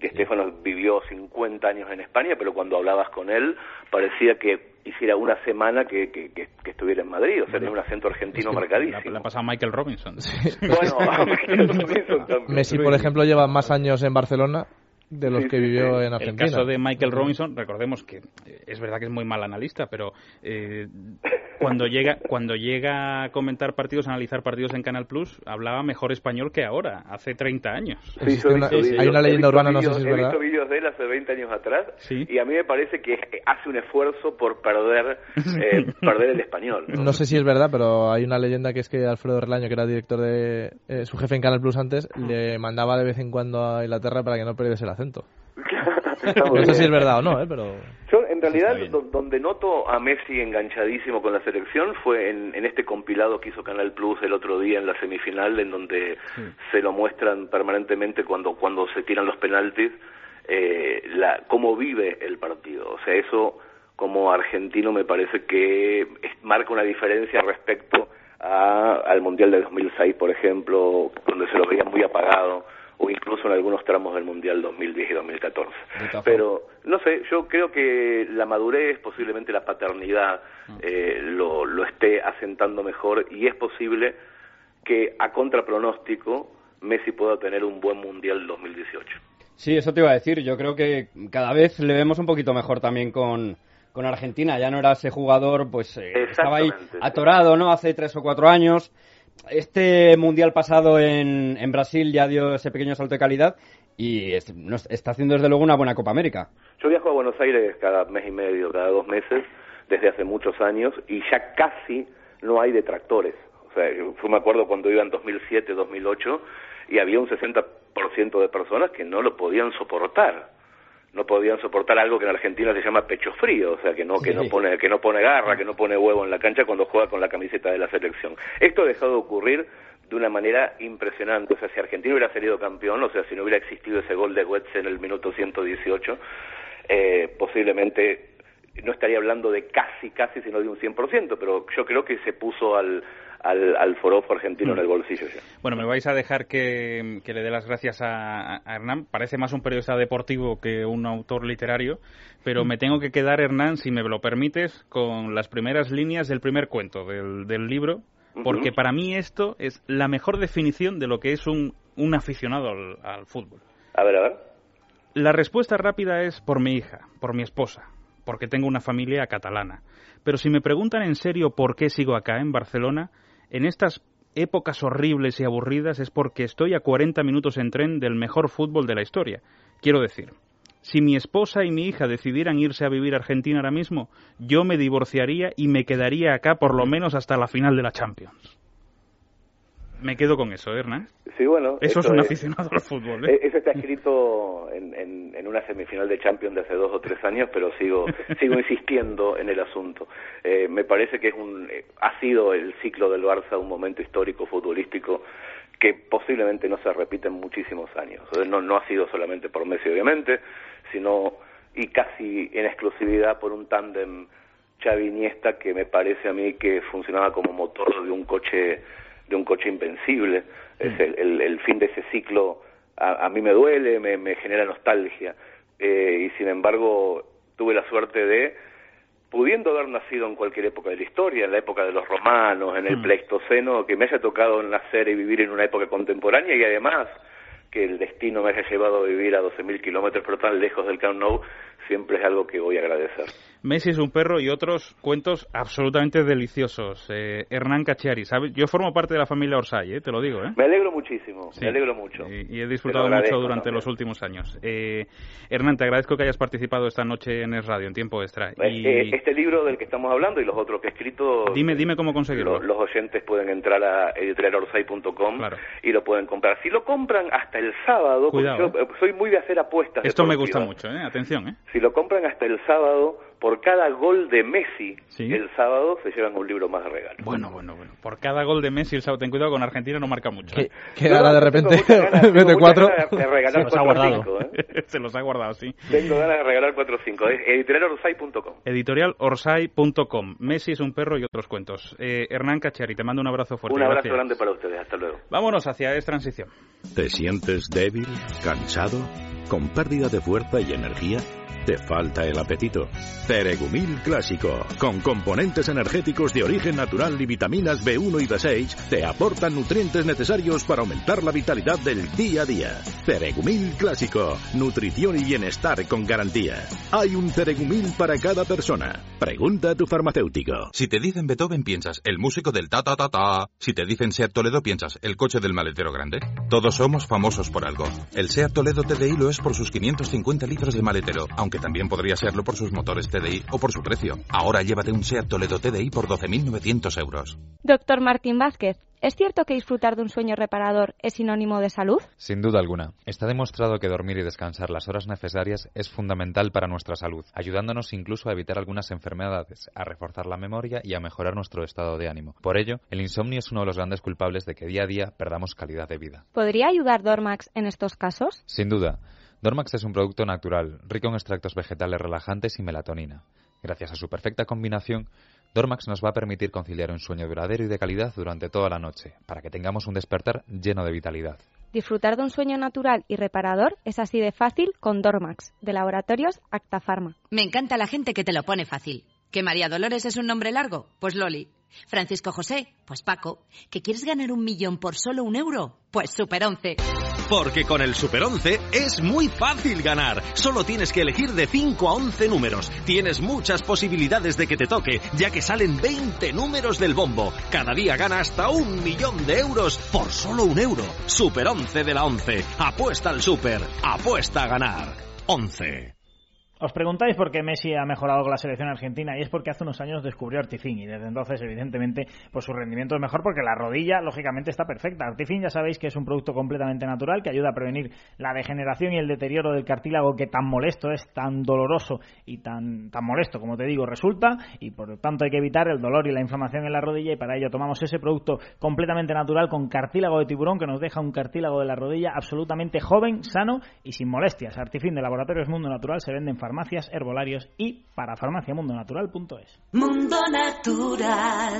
[SPEAKER 16] Di Stefano vivió 50 años en España, pero cuando hablabas con él parecía que hiciera una semana que, que- que- que estuviera en Madrid. O sea, tenía un acento argentino
[SPEAKER 6] La,
[SPEAKER 16] marcadísimo.
[SPEAKER 6] la ha pasado Michael Robinson.
[SPEAKER 16] Bueno, Robinson también.
[SPEAKER 10] Messi, por ejemplo, lleva más años en Barcelona de los que vivió en
[SPEAKER 6] El
[SPEAKER 10] Argentina.
[SPEAKER 6] caso de Michael Robinson, recordemos que eh, es verdad que es muy mal analista, pero eh, cuando llega cuando llega a comentar partidos, a analizar partidos en Canal Plus, hablaba mejor español que ahora, hace 30 años.
[SPEAKER 16] Sí, yo he visto vídeos-
[SPEAKER 10] hay una
[SPEAKER 16] he visto
[SPEAKER 10] leyenda urbana, no sé
[SPEAKER 16] vídeos-
[SPEAKER 10] si es
[SPEAKER 16] He
[SPEAKER 10] verdad.
[SPEAKER 16] visto vídeos de él hace 20 años atrás
[SPEAKER 6] Sí.
[SPEAKER 16] y a mí me parece que hace un esfuerzo por perder, eh, perder el español.
[SPEAKER 10] No sé si es verdad, pero hay una leyenda que es que Alfredo Relaño, que era director de eh, su jefe en Canal Plus antes, le mandaba de vez en cuando a Inglaterra para que no perdiese el acento.
[SPEAKER 16] Está muy
[SPEAKER 10] No sé si
[SPEAKER 16] bien.
[SPEAKER 10] es verdad o no, eh, pero
[SPEAKER 16] Yo, en realidad, do- donde noto a Messi enganchadísimo con la selección fue en, en este compilado que hizo Canal Plus el otro día en la semifinal, en donde se lo muestran permanentemente cuando, cuando se tiran los penaltis, eh, la, cómo vive el partido. O sea, eso como argentino me parece que es- marca una diferencia respecto a- al Mundial de 2006, por ejemplo, donde se lo veía muy apagado, o incluso en algunos tramos del Mundial 2010 y 2014. Pero, no sé, yo creo que la madurez, posiblemente la paternidad, eh, lo, lo esté asentando mejor y es posible que a contrapronóstico Messi pueda tener un buen Mundial 2018.
[SPEAKER 8] Sí, eso te iba a decir. Yo creo que cada vez le vemos un poquito mejor también con, con Argentina. Ya no era ese jugador, pues eh, estaba ahí
[SPEAKER 16] Exactamente, sí.
[SPEAKER 8] atorado, ¿no? Hace tres o cuatro años. Este mundial pasado en, en Brasil ya dio ese pequeño salto de calidad y es- nos- está haciendo desde luego una buena Copa América.
[SPEAKER 16] Yo viajo a Buenos Aires cada mes y medio, cada dos meses, desde hace muchos años, y ya casi no hay detractores. O sea, yo fui- me acuerdo cuando iba en 2007, 2008, y había un 60% de personas que no lo podían soportar. No podían soportar algo que en Argentina se llama pecho frío, o sea, que no, que
[SPEAKER 8] Sí.
[SPEAKER 16] no, pone, que no pone garra, que no pone huevo en la cancha cuando juega con la camiseta de la selección. Esto ha dejado de ocurrir de una manera impresionante. O sea, si Argentina hubiera salido campeón, o sea, si no hubiera existido ese gol de Goetze en el minuto 118, eh, posiblemente no estaría hablando de casi, casi, sino de un 100%, pero yo creo que se puso al, al, al forofo argentino en el bolsillo ya.
[SPEAKER 6] Bueno, me vais a dejar que, que le dé las gracias a, a Hernán. Parece más un periodista deportivo que un autor literario, pero me tengo que quedar, Hernán, si me lo permites, con las primeras líneas del primer cuento del, del libro, porque
[SPEAKER 13] Ujú.
[SPEAKER 6] para mí esto es la mejor definición de lo que es un, un aficionado al, al fútbol.
[SPEAKER 16] A ver, a ver.
[SPEAKER 6] La respuesta rápida es por mi hija, por mi esposa, porque tengo una familia catalana. Pero si me preguntan en serio por qué sigo acá en Barcelona, en estas épocas horribles y aburridas es porque estoy a 40 minutos en tren del mejor fútbol de la historia. Quiero decir, si mi esposa y mi hija decidieran irse a vivir a Argentina ahora mismo, yo me divorciaría y me quedaría acá por lo menos hasta la final de la Champions. Me quedo con eso, ¿eh, Hernán.
[SPEAKER 16] Sí, bueno.
[SPEAKER 6] Eso es
[SPEAKER 16] esto
[SPEAKER 6] un aficionado al fútbol. ¿eh?
[SPEAKER 16] Eh, Eso está escrito en, en- en una semifinal de Champions de hace dos o tres años, pero sigo sigo insistiendo en el asunto. Eh, me parece que es un eh, ha sido el ciclo del Barça un momento histórico futbolístico que posiblemente no se repite en muchísimos años. O sea, No, no ha sido solamente por Messi, obviamente, sino y casi en exclusividad por un tándem Xavi Iniesta que me parece a mí que funcionaba como motor de un coche de un coche invencible. Es el, el- el fin de ese ciclo a, a mí me duele, me, me genera nostalgia. Eh, y sin embargo, tuve la suerte de, pudiendo haber nacido en cualquier época de la historia, en la época de los romanos, en el
[SPEAKER 17] Mm.
[SPEAKER 16] Pleistoceno, que me haya tocado nacer y vivir en una época contemporánea y además que el destino me haya llevado a vivir a 12.000 kilómetros, pero tan lejos del Camp Nou, siempre es algo que voy a agradecer.
[SPEAKER 6] Messi es un perro y otros cuentos absolutamente deliciosos. Eh, Hernán Cachiari, ¿sabes? Yo formo parte de la familia Orsay, eh, te lo digo. ¿eh?
[SPEAKER 16] Me alegro muchísimo,
[SPEAKER 6] Sí.
[SPEAKER 16] me alegro mucho.
[SPEAKER 6] Y, y he disfrutado
[SPEAKER 16] Te
[SPEAKER 6] mucho
[SPEAKER 16] lo agradezco
[SPEAKER 6] durante
[SPEAKER 16] también.
[SPEAKER 6] los últimos años. Eh, Hernán, te agradezco que hayas participado esta noche en Es Radio, en tiempo extra. Y
[SPEAKER 16] Eh, Este libro del que estamos hablando y los otros que he escrito,
[SPEAKER 6] dime, dime cómo conseguirlo.
[SPEAKER 16] lo- los oyentes pueden entrar a editorialorsay.com y lo pueden comprar. Si lo compran hasta el sábado, porque
[SPEAKER 6] Cuidado,
[SPEAKER 16] yo eh, soy muy de hacer apuestas.
[SPEAKER 6] Esto me gusta
[SPEAKER 16] deportivas.
[SPEAKER 6] mucho, ¿eh? atención. ¿eh?
[SPEAKER 16] Si lo compran hasta el sábado, por cada gol de Messi, el sábado se llevan un libro más de regalo.
[SPEAKER 6] Bueno, bueno, bueno. Por cada gol de Messi, el sábado, ten cuidado con Argentina, no marca mucho. ¿eh?
[SPEAKER 10] Que ahora de repente mete cuatro.
[SPEAKER 16] regalar Se los ha cuatro ¿eh? o guardado.
[SPEAKER 6] Se los ha guardado, sí.
[SPEAKER 16] Tengo ganas de regalar 4 o 5. Es editorialorsay.com.
[SPEAKER 6] Editorialorsay.com. Messi es un perro y otros cuentos. Eh, Hernán Cacheri, te mando un abrazo fuerte.
[SPEAKER 16] Un abrazo
[SPEAKER 6] gracias.
[SPEAKER 16] grande para ustedes. Hasta luego.
[SPEAKER 6] Vámonos hacia Es Transición.
[SPEAKER 15] ¿Te sientes débil, cansado, con pérdida de fuerza y energía? ¿Te falta el apetito? Ceregumil Clásico, con componentes energéticos de origen natural y vitaminas B1 y B6, te aportan nutrientes necesarios para aumentar la vitalidad del día a día. Ceregumil Clásico, nutrición y bienestar con garantía. Hay un Ceregumil para cada persona. Pregunta a tu farmacéutico.
[SPEAKER 17] Si te dicen Beethoven, piensas el músico del ta ta ta ta. Si te dicen Seat Toledo, piensas el coche del maletero grande. Todos somos famosos por algo. El Seat Toledo TDI lo es por sus 550 litros de maletero, aunque también podría serlo por sus motores TDI o por su precio. Ahora llévate un Seat Toledo TDI por 12.900 euros.
[SPEAKER 18] Doctor Martín Vázquez, ¿es cierto que disfrutar de un sueño reparador es sinónimo de salud?
[SPEAKER 13] Sin duda alguna, está demostrado que dormir y descansar las horas necesarias es fundamental para nuestra salud, ayudándonos incluso a evitar algunas enfermedades, a reforzar la memoria y a mejorar nuestro estado de ánimo. Por ello, el insomnio es uno de los grandes culpables de que día a día perdamos calidad de vida.
[SPEAKER 18] ¿Podría ayudar Dormax en estos casos?
[SPEAKER 13] Sin duda, Dormax es un producto natural, rico en extractos vegetales relajantes y melatonina. Gracias a su perfecta combinación, Dormax nos va a permitir conciliar un sueño duradero y de calidad durante toda la noche, para que tengamos un despertar lleno de vitalidad.
[SPEAKER 18] Disfrutar de un sueño natural y reparador es así de fácil con Dormax, de Laboratorios Actafarma.
[SPEAKER 19] Me encanta la gente que te lo pone fácil. ¿Que María Dolores es un nombre largo? Pues Loli. Francisco José, pues Paco. ¿Que quieres ganar un millón por solo un euro? Pues Super 11.
[SPEAKER 20] Porque con el Super 11 es muy fácil ganar. Solo tienes que elegir de 5 a 11 números. Tienes muchas posibilidades de que te toque, ya que salen 20 números del bombo. Cada día gana hasta un millón de euros por solo un euro. Super 11 de la 11. Apuesta al Super. Apuesta a ganar. 11.
[SPEAKER 7] Os preguntáis por qué Messi ha mejorado con la selección argentina y es porque hace unos años descubrió Artifin y desde entonces evidentemente pues su rendimiento es mejor porque la rodilla lógicamente está perfecta. Artifin ya sabéis que es un producto completamente natural que ayuda a prevenir la degeneración y el deterioro del cartílago que tan molesto es, tan doloroso y tan, tan molesto como te digo resulta y por lo tanto hay que evitar el dolor y la inflamación en la rodilla y para ello tomamos ese producto completamente natural con cartílago de tiburón que nos deja un cartílago de la rodilla absolutamente joven, sano y sin molestias. Artifin de Laboratorios Mundo Natural se vende en farmacias, herbolarios y para farmaciamundonatural.es.
[SPEAKER 5] Mundo natural.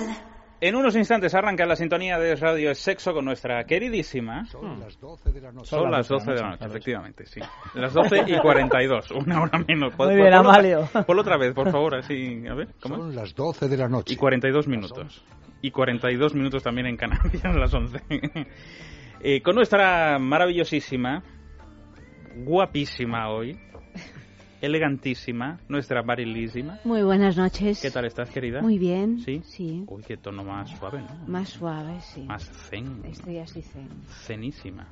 [SPEAKER 6] En unos instantes arranca la sintonía de Radio Es Sexo con nuestra queridísima. Hmm.
[SPEAKER 1] Son las 12 de la noche.
[SPEAKER 6] Son las 12 de la noche, efectivamente, sí. Las 12 y 42, una hora menos. Pon-
[SPEAKER 1] Muy
[SPEAKER 6] pon-
[SPEAKER 1] bien,
[SPEAKER 6] ponlo otra-
[SPEAKER 1] Amalio.
[SPEAKER 6] ponlo otra vez, por favor, así, a ver, ¿cómo?
[SPEAKER 1] Son las 12 de la noche.
[SPEAKER 6] Y 42 minutos. Y 42 minutos también en Canarias, a las 11. Eh, con nuestra maravillosísima, guapísima hoy, elegantísima, nuestra Marilísima.
[SPEAKER 21] Muy buenas noches.
[SPEAKER 6] ¿Qué tal estás, querida?
[SPEAKER 21] Muy bien.
[SPEAKER 6] ¿Sí?
[SPEAKER 21] Sí.
[SPEAKER 6] Uy, qué tono más suave, ¿no?
[SPEAKER 21] Más suave, sí.
[SPEAKER 6] Más zen.
[SPEAKER 21] Estoy así zen.
[SPEAKER 6] Cenísima.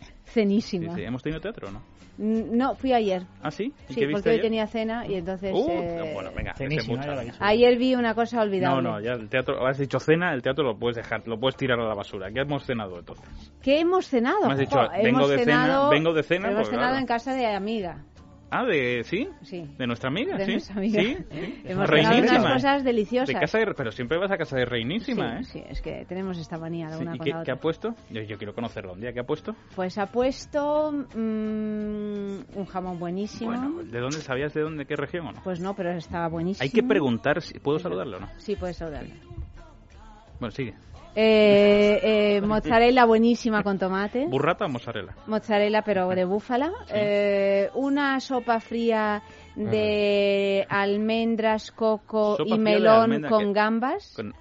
[SPEAKER 6] Sí,
[SPEAKER 21] Cenísima.
[SPEAKER 6] sí. ¿Hemos tenido teatro o no?
[SPEAKER 21] Mm, No, fui ayer.
[SPEAKER 6] ¿Ah, sí? ¿Y
[SPEAKER 21] Sí,
[SPEAKER 6] qué viste
[SPEAKER 21] porque hoy
[SPEAKER 6] ayer?
[SPEAKER 21] tenía cena y entonces...
[SPEAKER 6] Uh,
[SPEAKER 21] eh,
[SPEAKER 6] bueno, venga, que sé
[SPEAKER 7] Cenísima,
[SPEAKER 6] mucho.
[SPEAKER 7] ya lo ha dicho.
[SPEAKER 21] Ayer vi una cosa olvidable.
[SPEAKER 6] No, no, ya el teatro, has dicho cena, el teatro lo puedes dejar, lo puedes tirar a la basura. ¿Qué hemos cenado entonces?
[SPEAKER 21] ¿Qué hemos cenado?
[SPEAKER 6] Me has dicho,
[SPEAKER 21] Jo,
[SPEAKER 6] vengo
[SPEAKER 21] hemos
[SPEAKER 6] de cena,
[SPEAKER 21] cenado-
[SPEAKER 6] vengo de cena,
[SPEAKER 21] Hemos
[SPEAKER 6] pues
[SPEAKER 21] cenado
[SPEAKER 6] claro.
[SPEAKER 21] en casa de amiga.
[SPEAKER 6] Ah, de sí,
[SPEAKER 21] Sí.
[SPEAKER 6] de nuestra amiga,
[SPEAKER 21] De
[SPEAKER 6] sí,
[SPEAKER 21] nuestra amiga.
[SPEAKER 6] sí.
[SPEAKER 21] Hemos cenado
[SPEAKER 6] Reinísima. ¿eh?
[SPEAKER 21] unas cosas deliciosas.
[SPEAKER 6] De casa de- pero siempre vas a casa de reinísima,
[SPEAKER 21] sí,
[SPEAKER 6] ¿eh?
[SPEAKER 21] sí, es que tenemos esta manía de
[SPEAKER 6] Sí,
[SPEAKER 21] una
[SPEAKER 6] ¿Y
[SPEAKER 21] con
[SPEAKER 6] qué,
[SPEAKER 21] la
[SPEAKER 6] qué
[SPEAKER 21] otra.
[SPEAKER 6] ha puesto? Yo, yo quiero conocerlo un día. ¿Qué ha puesto?
[SPEAKER 21] Pues ha puesto mm, un jamón buenísimo.
[SPEAKER 6] ¿De dónde sabías de dónde, qué región o no?
[SPEAKER 21] Pues no, pero estaba buenísimo.
[SPEAKER 6] Hay que preguntar si puedo saludarlo o no.
[SPEAKER 21] Sí, puedes saludarlo.
[SPEAKER 6] Bueno, sigue.
[SPEAKER 21] Eh, eh, mozzarella buenísima con tomate.
[SPEAKER 6] ¿Burrata o mozzarella?
[SPEAKER 21] Mozzarella pero de búfala. Eh, una sopa fría de almendras, coco
[SPEAKER 6] Sopa
[SPEAKER 21] y
[SPEAKER 6] Ah. fría de
[SPEAKER 21] melón
[SPEAKER 6] almendra,
[SPEAKER 21] con
[SPEAKER 6] ¿qué?
[SPEAKER 21] gambas.
[SPEAKER 6] Con-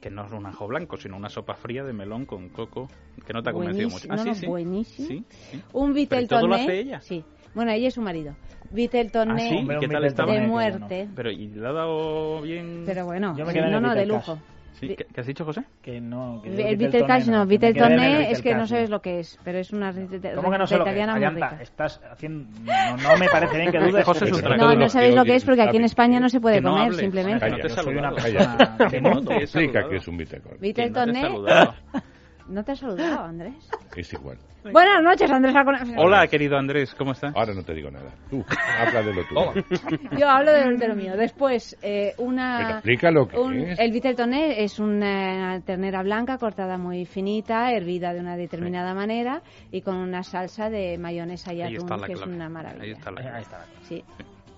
[SPEAKER 6] que no es un ajo blanco, sino una sopa fría de melón con coco, que no te ha convencido mucho. Ah,
[SPEAKER 21] Buenísimo, no,
[SPEAKER 6] sí,
[SPEAKER 21] no,
[SPEAKER 6] sí.
[SPEAKER 21] buenísimo.
[SPEAKER 6] Sí, sí.
[SPEAKER 21] Un Vitel
[SPEAKER 6] todo lo
[SPEAKER 21] Toné.
[SPEAKER 6] hace ella.
[SPEAKER 21] Sí. Bueno, ella es su marido. Vitel
[SPEAKER 6] Ah,
[SPEAKER 21] Toné
[SPEAKER 6] sí, ¿y ¿qué tal estaba?
[SPEAKER 21] de muerte.
[SPEAKER 6] Pero, ¿y le ha dado bien?
[SPEAKER 21] Pero bueno,
[SPEAKER 6] Yo
[SPEAKER 7] me quedé en
[SPEAKER 21] no,
[SPEAKER 7] el
[SPEAKER 21] no, de
[SPEAKER 7] Vitel Cash.
[SPEAKER 21] lujo.
[SPEAKER 6] Sí, ¿Qué, qué has dicho, José?
[SPEAKER 7] Que no. que
[SPEAKER 21] El
[SPEAKER 7] Vitel
[SPEAKER 21] Eh, Vitel
[SPEAKER 7] Toné
[SPEAKER 21] Cash no,
[SPEAKER 7] no,
[SPEAKER 21] Vitel
[SPEAKER 7] que me quedé en el
[SPEAKER 21] Toné
[SPEAKER 7] Vitel
[SPEAKER 21] es que no
[SPEAKER 7] Cash,
[SPEAKER 21] sabes lo que es, pero es una receta
[SPEAKER 7] ¿Cómo que no sé lo que es?
[SPEAKER 21] italiana muy
[SPEAKER 7] Ayanta,
[SPEAKER 21] rica.
[SPEAKER 7] estás haciendo... No, no me parece bien que dudes.
[SPEAKER 6] José es un
[SPEAKER 21] No, no sabéis lo que es porque aquí en España no se puede
[SPEAKER 6] Que no
[SPEAKER 21] comer,
[SPEAKER 6] hables.
[SPEAKER 21] simplemente.
[SPEAKER 6] Calla, soy una
[SPEAKER 2] Calla.
[SPEAKER 6] persona
[SPEAKER 2] Que
[SPEAKER 6] que
[SPEAKER 2] no
[SPEAKER 6] no te he
[SPEAKER 2] explica
[SPEAKER 6] saludado.
[SPEAKER 2] que es un bitacor.
[SPEAKER 6] no
[SPEAKER 21] Vitel
[SPEAKER 6] te he
[SPEAKER 21] Toné.
[SPEAKER 6] saludado.
[SPEAKER 21] No te has saludado, Andrés.
[SPEAKER 2] Es igual.
[SPEAKER 21] Buenas noches, Andrés. Alcona-
[SPEAKER 6] Hola, querido Andrés, ¿cómo estás?
[SPEAKER 2] Ahora no te digo nada. Tú, habla de lo tuyo.
[SPEAKER 21] Yo hablo de, de lo mío. Después, eh,
[SPEAKER 2] Pero
[SPEAKER 21] una.
[SPEAKER 2] explica lo que
[SPEAKER 21] un-
[SPEAKER 2] es.
[SPEAKER 21] El Vitel Toné es una ternera blanca cortada muy finita, hervida de una determinada manera y con una salsa de mayonesa y
[SPEAKER 6] Ahí
[SPEAKER 21] atún,
[SPEAKER 6] está la
[SPEAKER 21] que es
[SPEAKER 6] clave.
[SPEAKER 21] una maravilla.
[SPEAKER 6] Ahí está la
[SPEAKER 7] Ahí
[SPEAKER 6] clave.
[SPEAKER 7] está la cosa.
[SPEAKER 21] Sí.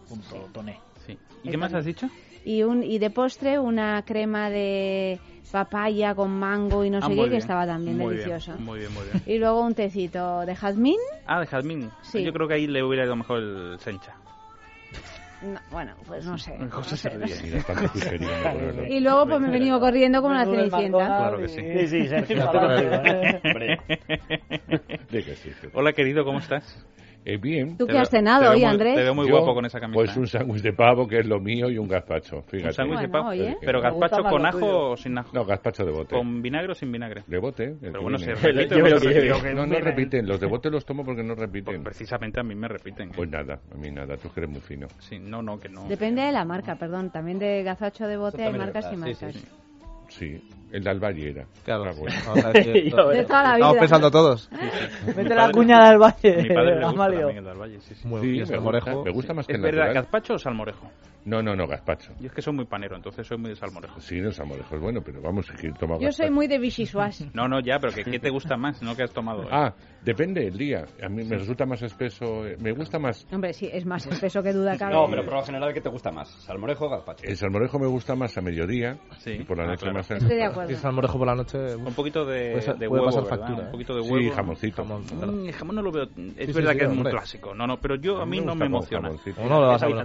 [SPEAKER 7] Punto Toné.
[SPEAKER 6] Sí. ¿Y qué más has dicho?
[SPEAKER 21] Y, un, y de postre, una crema de papaya con mango y no
[SPEAKER 6] Ah,
[SPEAKER 21] sé
[SPEAKER 6] muy
[SPEAKER 21] qué, que
[SPEAKER 6] bien.
[SPEAKER 21] estaba también
[SPEAKER 6] Muy bien,
[SPEAKER 21] deliciosa.
[SPEAKER 6] muy bien, muy bien.
[SPEAKER 21] Y luego un tecito de jazmín.
[SPEAKER 6] Ah, de jazmín.
[SPEAKER 21] Sí.
[SPEAKER 6] Yo creo que ahí le hubiera ido mejor el sencha.
[SPEAKER 21] No, bueno, pues no sé. no
[SPEAKER 6] José
[SPEAKER 21] sé,
[SPEAKER 6] se
[SPEAKER 21] no
[SPEAKER 6] ríe.
[SPEAKER 21] sé.
[SPEAKER 2] Mira, tanta chuchería, me acuerdo.
[SPEAKER 21] Y luego pues me he venido corriendo como una
[SPEAKER 7] Menudo el
[SPEAKER 21] cenicienta.
[SPEAKER 6] Claro que sí.
[SPEAKER 7] Sí, sí, Sergio, está
[SPEAKER 2] Hombre. Di que sí, que-
[SPEAKER 6] Hola, querido, ¿cómo estás?
[SPEAKER 2] bien.
[SPEAKER 21] ¿Tú Te qué veo- has cenado te veo hoy, muy- Andrés?
[SPEAKER 6] te veo muy
[SPEAKER 2] Yo,
[SPEAKER 6] guapo con esa camisa, ¿eh?
[SPEAKER 2] Pues un sándwich de pavo, que es lo mío, y un gazpacho. Fíjate.
[SPEAKER 6] Un sándwich de pavo.
[SPEAKER 2] Es que-
[SPEAKER 6] Pero gazpacho con ajo o sin ajo.
[SPEAKER 2] No, gazpacho de bote.
[SPEAKER 6] Con vinagre o sin vinagre.
[SPEAKER 2] De bote. el que
[SPEAKER 6] Pero bueno, se
[SPEAKER 2] viene.
[SPEAKER 6] repite. o no se repite.
[SPEAKER 2] No, no repiten. Los de bote los tomo porque no repiten.
[SPEAKER 6] Pues precisamente a mí me repiten.
[SPEAKER 2] Pues nada, a mí nada. Tú que eres muy fino.
[SPEAKER 6] Sí, no, no, que no.
[SPEAKER 21] Depende de la marca, perdón. También de gazacho de bote hay
[SPEAKER 2] Exactamente,
[SPEAKER 21] marcas y
[SPEAKER 2] ¿verdad? Sí,
[SPEAKER 21] marcas.
[SPEAKER 2] Sí, el de Alvalle era. Claro.
[SPEAKER 10] ahora es cierto. De toda la Estamos vida. pensando todos.
[SPEAKER 9] Mete la cuña de Alvalle,
[SPEAKER 6] Mi padre le gusta
[SPEAKER 9] Amalio.
[SPEAKER 6] también el de Alvalle, sí, sí.
[SPEAKER 10] Muy
[SPEAKER 2] Sí, me gusta, me gusta más que
[SPEAKER 6] ¿Es
[SPEAKER 2] el
[SPEAKER 6] verdad,
[SPEAKER 2] natural.
[SPEAKER 6] gazpacho o salmorejo?
[SPEAKER 2] No, no, no, gazpacho.
[SPEAKER 6] Yo es que soy muy panero, entonces soy muy de salmorejo.
[SPEAKER 2] Sí, los amorejos. Bueno, pero vamos a seguir tomando
[SPEAKER 21] Yo soy muy de bichisuas.
[SPEAKER 6] No, no, ya, pero que, ¿qué te gusta más? No que has tomado. ¿eh? hoy?
[SPEAKER 2] Ah, depende del día. A mí me resulta más espeso, eh, me gusta más.
[SPEAKER 21] Hombre, sí, es más espeso que duda cabe.
[SPEAKER 8] No, pero por lo general, ¿qué te gusta más? ¿Salmorejo o gazpacho?
[SPEAKER 2] El salmorejo me gusta más a mediodía y por la
[SPEAKER 6] Ah,
[SPEAKER 2] noche más.
[SPEAKER 21] Estoy de acuerdo.
[SPEAKER 10] Y salmorejo por la noche.
[SPEAKER 6] Un poquito de,
[SPEAKER 10] Puede ser-
[SPEAKER 6] Eh, de
[SPEAKER 10] puede
[SPEAKER 6] huevo,
[SPEAKER 10] pasar
[SPEAKER 6] ¿verdad?
[SPEAKER 10] factura, eh.
[SPEAKER 6] Un poquito de
[SPEAKER 2] Sí,
[SPEAKER 6] huevo.
[SPEAKER 2] jamoncito.
[SPEAKER 6] Mm, el jamón no lo veo. Es
[SPEAKER 10] sí,
[SPEAKER 6] verdad
[SPEAKER 10] sí,
[SPEAKER 6] que es muy
[SPEAKER 10] hombre.
[SPEAKER 6] clásico, no, no, pero yo a mí no
[SPEAKER 10] gusta
[SPEAKER 6] me
[SPEAKER 10] con
[SPEAKER 6] emociona.
[SPEAKER 10] jamoncito. No, no, la vas a ver,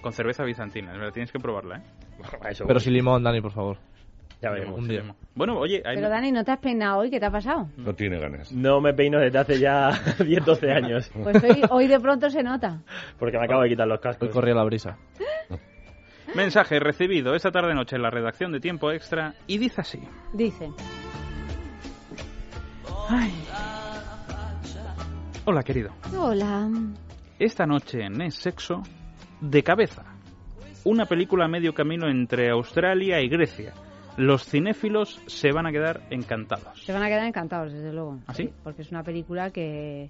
[SPEAKER 6] Con cerveza bizantina, es verdad, tienes que probarla, ¿eh?
[SPEAKER 10] Pero sin limón, Dani, por favor.
[SPEAKER 11] Ya
[SPEAKER 6] veremos.
[SPEAKER 10] Un día.
[SPEAKER 6] Bueno, oye, ahí
[SPEAKER 21] Pero Dani, ¿no te has peinado hoy? ¿Qué te ha pasado?
[SPEAKER 2] No tiene ganas.
[SPEAKER 11] No me peino desde hace ya 10, 12 años.
[SPEAKER 21] Pues hoy, hoy de pronto se nota.
[SPEAKER 11] Porque me acabo de quitar los cascos.
[SPEAKER 10] Hoy corría la brisa.
[SPEAKER 6] Mensaje recibido esta tarde noche en la redacción de Tiempo Extra y dice así.
[SPEAKER 21] Dice.
[SPEAKER 6] Hola, querido.
[SPEAKER 21] Hola.
[SPEAKER 6] Esta noche en Es Sexo, De Cabeza. Una película a medio camino entre Australia y Grecia. Los cinéfilos se van a quedar encantados.
[SPEAKER 21] Se van a quedar encantados, desde luego.
[SPEAKER 6] ¿Ah, sí?
[SPEAKER 21] Porque es una película que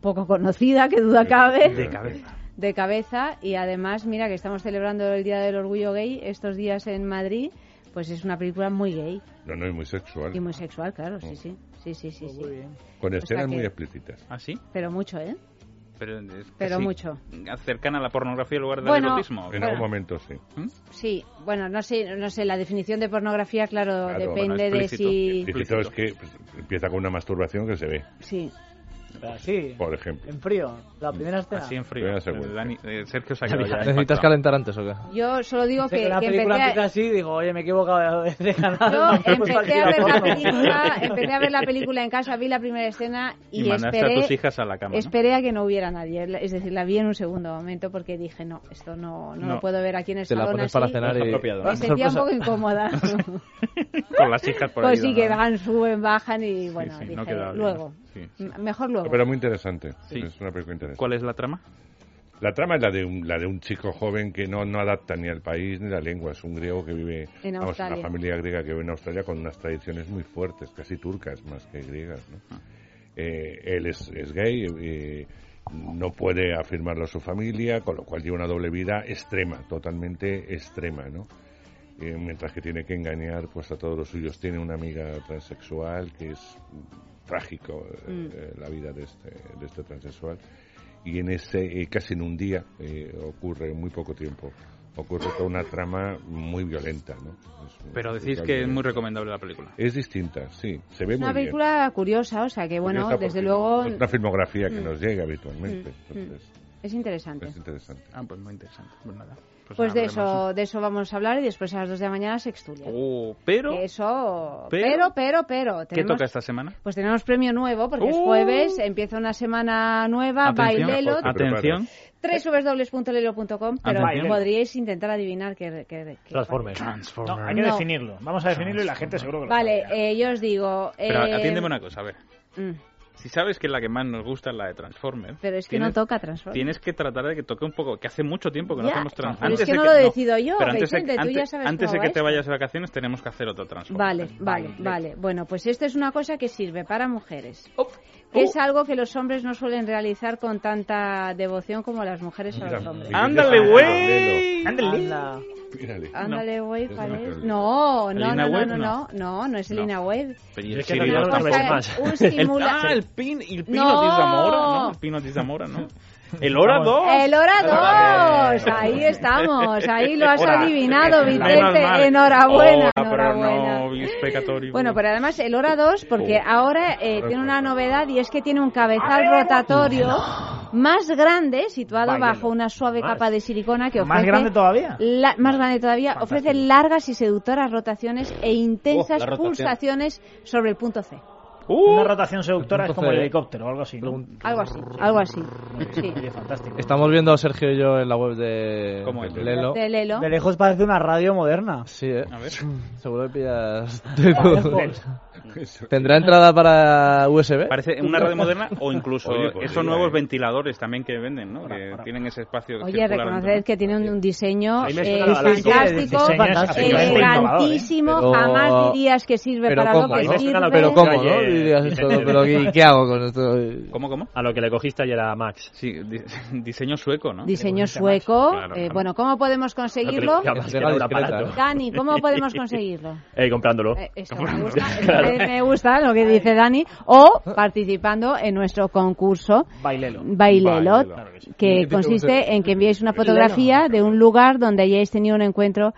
[SPEAKER 21] poco conocida, que duda cabe.
[SPEAKER 6] De cabeza.
[SPEAKER 21] de cabeza y además, mira que estamos celebrando el Día del Orgullo Gay estos días en Madrid, pues es una película muy gay
[SPEAKER 2] No, no, es muy sexual.
[SPEAKER 21] y muy sexual, claro, sí, sí. Sí, sí, sí, sí.
[SPEAKER 2] Mm. Con
[SPEAKER 21] O
[SPEAKER 2] escenas
[SPEAKER 21] sea que- pues
[SPEAKER 2] muy explícitas.
[SPEAKER 6] ¿Ah, sí?
[SPEAKER 21] Pero mucho, ¿eh?
[SPEAKER 6] Pero, es que
[SPEAKER 21] Pero
[SPEAKER 6] sí,
[SPEAKER 21] mucho.
[SPEAKER 6] Cercana a la pornografía en lugar del
[SPEAKER 21] Bueno,
[SPEAKER 6] erotismo.
[SPEAKER 21] En algún bueno.
[SPEAKER 2] momento sí.
[SPEAKER 21] Sí, bueno, no sé, no sé, la definición de pornografía, claro,
[SPEAKER 2] Claro,
[SPEAKER 21] depende
[SPEAKER 2] bueno,
[SPEAKER 21] de
[SPEAKER 2] explícito,
[SPEAKER 21] si...
[SPEAKER 2] explícito es que pues, empieza con una masturbación que se ve,
[SPEAKER 21] Sí.
[SPEAKER 10] Ah,
[SPEAKER 7] Así,
[SPEAKER 2] por ejemplo.
[SPEAKER 7] en frío. La primera escena.
[SPEAKER 6] Así en frío.
[SPEAKER 2] Primera secuencia.
[SPEAKER 6] Dani- eh, Sergio se ha quedado ya
[SPEAKER 10] ¿Necesitas
[SPEAKER 6] impactado.
[SPEAKER 10] calentar antes o qué?
[SPEAKER 21] Yo solo digo que,
[SPEAKER 7] la
[SPEAKER 21] que
[SPEAKER 7] película
[SPEAKER 21] empecé a-
[SPEAKER 7] empieza así y digo, oye, me he equivocado de, de canal.
[SPEAKER 21] Yo
[SPEAKER 7] me he
[SPEAKER 9] pues
[SPEAKER 7] puesto aquí
[SPEAKER 21] empecé a, ver la
[SPEAKER 7] porno.
[SPEAKER 21] película, empecé a ver la película en casa, vi la primera escena y,
[SPEAKER 6] Y mandaste
[SPEAKER 21] esperé,
[SPEAKER 6] a tus hijas a la cama, ¿no?
[SPEAKER 21] esperé a que no hubiera nadie. Es decir, la vi en un segundo momento porque dije, no, esto no, no,
[SPEAKER 6] No.
[SPEAKER 21] lo puedo ver aquí en el
[SPEAKER 10] Te la
[SPEAKER 21] salón
[SPEAKER 10] pones
[SPEAKER 21] así.
[SPEAKER 10] para cenar y...
[SPEAKER 21] Me sentía un poco incómoda.
[SPEAKER 6] Con las hijas por ahí.
[SPEAKER 21] pues sí,
[SPEAKER 6] dando-
[SPEAKER 21] que van, suben, bajan y bueno,
[SPEAKER 6] sí, no
[SPEAKER 21] dije,
[SPEAKER 6] queda bien,
[SPEAKER 21] luego.
[SPEAKER 6] Sí,
[SPEAKER 21] M- Mejor luego.
[SPEAKER 2] Pero muy interesante.
[SPEAKER 6] Sí.
[SPEAKER 2] Es una película interesante.
[SPEAKER 6] ¿Cuál es la trama?
[SPEAKER 2] La trama es la de un, la de un chico joven que no, no adapta ni al país ni la lengua. Es un griego que vive
[SPEAKER 21] En
[SPEAKER 2] vamos, una
[SPEAKER 21] Australia.
[SPEAKER 2] familia griega que vive en Australia con unas tradiciones muy fuertes, casi turcas más que griegas. ¿no? Eh, él es, es gay, eh, no puede afirmarlo su familia, con lo cual lleva una doble vida extrema, totalmente extrema, ¿no? Eh, mientras que tiene que engañar pues a todos los suyos. Tiene una amiga transexual que es mm, trágico eh,
[SPEAKER 22] Mm.
[SPEAKER 2] eh, la vida de este, de este transexual. Y en ese, eh, casi en un día, eh, ocurre, en muy poco tiempo, ocurre toda una trama muy violenta. ¿no? Es un-
[SPEAKER 6] Pero decís
[SPEAKER 2] brutal
[SPEAKER 6] que es muy
[SPEAKER 2] violenta.
[SPEAKER 6] recomendable la película.
[SPEAKER 2] Es distinta, sí. Se ve
[SPEAKER 21] Es
[SPEAKER 2] muy
[SPEAKER 21] una
[SPEAKER 2] bien.
[SPEAKER 21] película curiosa, o sea que bueno,
[SPEAKER 2] Curiosa
[SPEAKER 21] desde
[SPEAKER 2] porque
[SPEAKER 21] luego
[SPEAKER 2] no Es una filmografía que
[SPEAKER 21] Mm.
[SPEAKER 2] nos llega habitualmente.
[SPEAKER 21] Mm, mm.
[SPEAKER 2] Entonces,
[SPEAKER 21] es interesante.
[SPEAKER 2] es interesante.
[SPEAKER 6] Ah, pues muy interesante. Pues nada. Pues nada,
[SPEAKER 21] Pues, de,
[SPEAKER 6] veremos,
[SPEAKER 21] eso, de eso vamos a hablar y después a las 2 de la mañana se extulia.
[SPEAKER 6] Oh, pero,
[SPEAKER 21] Eso,
[SPEAKER 6] pero-
[SPEAKER 21] pero, pero, pero.
[SPEAKER 6] ¿qué
[SPEAKER 21] Tenemos,
[SPEAKER 6] toca esta semana?
[SPEAKER 21] pues tenemos premio nuevo porque es
[SPEAKER 6] Uh.
[SPEAKER 21] jueves, empieza una semana nueva, bailelo.
[SPEAKER 6] atención.
[SPEAKER 21] www.lelo.com, pero
[SPEAKER 6] Atención.
[SPEAKER 21] podríais intentar adivinar qué... qué- qué-
[SPEAKER 6] Transformers.
[SPEAKER 7] No, hay que
[SPEAKER 21] No.
[SPEAKER 7] definirlo. Vamos a definirlo y la gente seguro que lo
[SPEAKER 21] Vale, eh, yo os digo...
[SPEAKER 6] Pero
[SPEAKER 21] eh,
[SPEAKER 6] atiéndeme una cosa, a ver.
[SPEAKER 21] mm,
[SPEAKER 6] Si sabes que la que más nos gusta es la de Transformers.
[SPEAKER 21] Pero es que no
[SPEAKER 6] tienes-
[SPEAKER 21] toca Transformers.
[SPEAKER 6] Tienes que tratar de que toque un poco, que hace mucho tiempo que no
[SPEAKER 21] Ya,
[SPEAKER 6] hacemos
[SPEAKER 21] pero es
[SPEAKER 6] Transformers.
[SPEAKER 21] que
[SPEAKER 6] de
[SPEAKER 21] no lo decido yo,
[SPEAKER 6] pero antes de,
[SPEAKER 21] Vicente, tú ya
[SPEAKER 6] antes-
[SPEAKER 21] sabes
[SPEAKER 6] antes de
[SPEAKER 21] cómo
[SPEAKER 6] que
[SPEAKER 21] va
[SPEAKER 6] te
[SPEAKER 21] esto.
[SPEAKER 6] vayas de vacaciones tenemos que hacer otro Transformers.
[SPEAKER 21] Vale, vale, vale. Bueno, pues esto es una cosa que sirve para mujeres. Que es algo que los hombres no suelen realizar con tanta devoción como las mujeres a los hombres.
[SPEAKER 6] Ándale, güey.
[SPEAKER 21] Anda.
[SPEAKER 2] Mírale.
[SPEAKER 21] Ah, Ándale, güey,
[SPEAKER 2] Es
[SPEAKER 21] ¿cuál
[SPEAKER 2] una
[SPEAKER 21] es?
[SPEAKER 2] calidad.
[SPEAKER 21] No, no,
[SPEAKER 6] ¿Elina
[SPEAKER 21] no, no,
[SPEAKER 6] Webb?
[SPEAKER 21] no,
[SPEAKER 6] No.
[SPEAKER 21] no, no, no es Elina Webb.
[SPEAKER 6] Pero
[SPEAKER 11] Es
[SPEAKER 6] y el
[SPEAKER 11] que
[SPEAKER 6] Siri
[SPEAKER 11] no
[SPEAKER 6] no
[SPEAKER 11] tenemos
[SPEAKER 6] tampoco.
[SPEAKER 11] más.
[SPEAKER 21] Un simula-
[SPEAKER 6] Ah, el pin, el pino
[SPEAKER 21] No.
[SPEAKER 6] de Zamora, ¿no? El pino de Zamora, ¿no? El hora 2.
[SPEAKER 21] El hora 2, ahí estamos, ahí lo has
[SPEAKER 6] Hora.
[SPEAKER 21] adivinado,
[SPEAKER 6] Menos mal.
[SPEAKER 21] Vicente, enhorabuena,
[SPEAKER 6] Hora, pero
[SPEAKER 21] enhorabuena.
[SPEAKER 6] no, bis peccatori.
[SPEAKER 21] Bueno, pero además el hora 2, porque
[SPEAKER 6] Oh.
[SPEAKER 21] ahora eh, tiene una novedad y es que tiene un cabezal rotatorio más grande, situado
[SPEAKER 7] Vaya.
[SPEAKER 21] bajo una suave
[SPEAKER 7] Más.
[SPEAKER 21] capa de silicona que ofrece...
[SPEAKER 7] ¿Más grande todavía?
[SPEAKER 21] La- más grande todavía, ofrece largas y seductoras rotaciones e intensas
[SPEAKER 7] Oh, la rotación.
[SPEAKER 21] pulsaciones sobre el punto C.
[SPEAKER 6] Uh.
[SPEAKER 7] Una rotación seductora es como el
[SPEAKER 10] Entonces,
[SPEAKER 7] helicóptero o algo así. ¿no?
[SPEAKER 21] Algo así, algo así. Sí.
[SPEAKER 7] Oye, fantástico.
[SPEAKER 10] Estamos viendo a Sergio y yo en la web de, de Lelo.
[SPEAKER 21] De Lelo.
[SPEAKER 10] De
[SPEAKER 9] De lejos parece una radio moderna.
[SPEAKER 10] Sí, eh.
[SPEAKER 6] A ver.
[SPEAKER 10] Seguro que pillas.
[SPEAKER 6] Eso.
[SPEAKER 10] ¿Tendrá entrada para USB?
[SPEAKER 6] Parece una radio moderna o incluso
[SPEAKER 10] Oye, pues
[SPEAKER 6] esos
[SPEAKER 10] sí,
[SPEAKER 6] nuevos
[SPEAKER 11] eh.
[SPEAKER 6] ventiladores también que venden, ¿no? que tienen ese espacio
[SPEAKER 21] Oye,
[SPEAKER 6] circular dentro.
[SPEAKER 21] reconoced que tiene un, un diseño
[SPEAKER 6] Ahí me
[SPEAKER 21] eh,
[SPEAKER 6] suena la alarma.
[SPEAKER 21] fantástico,
[SPEAKER 6] Sí, sí, sí, sí, sí, sí, sí,
[SPEAKER 7] ¿eh?
[SPEAKER 6] sí,
[SPEAKER 21] elegantísimo,
[SPEAKER 10] innovador, ¿eh? Pero-
[SPEAKER 21] jamás dirías que sirve
[SPEAKER 10] Pero
[SPEAKER 21] para
[SPEAKER 10] cómo,
[SPEAKER 21] lo que
[SPEAKER 10] ¿no?
[SPEAKER 21] sirve.
[SPEAKER 10] Pero cómo, ¿no?
[SPEAKER 11] Oye,
[SPEAKER 10] Dirías
[SPEAKER 11] Vicente,
[SPEAKER 10] todo,
[SPEAKER 11] de
[SPEAKER 10] pero
[SPEAKER 11] verdad.
[SPEAKER 10] ¿qué, qué hago con esto?
[SPEAKER 6] eh, ¿Cómo, cómo?
[SPEAKER 11] A lo que le cogiste ayer a Max.
[SPEAKER 6] Sí, di- diseño sueco, ¿no?
[SPEAKER 21] Diseño sueco.
[SPEAKER 6] Claro,
[SPEAKER 21] eh,
[SPEAKER 6] claro.
[SPEAKER 21] bueno, ¿cómo podemos conseguirlo?
[SPEAKER 11] Ya vas, que era un aparato.
[SPEAKER 21] Dani, ¿cómo podemos conseguirlo?
[SPEAKER 11] Eh, comprándolo.
[SPEAKER 21] Eh, eso, me gusta, es que me gusta lo que dice Dani. O participando en nuestro concurso
[SPEAKER 7] Bailelo.
[SPEAKER 21] Bailelot,
[SPEAKER 7] Claro que sí.
[SPEAKER 21] que consiste en que enviéis una fotografía de un lugar donde hayáis tenido un encuentro,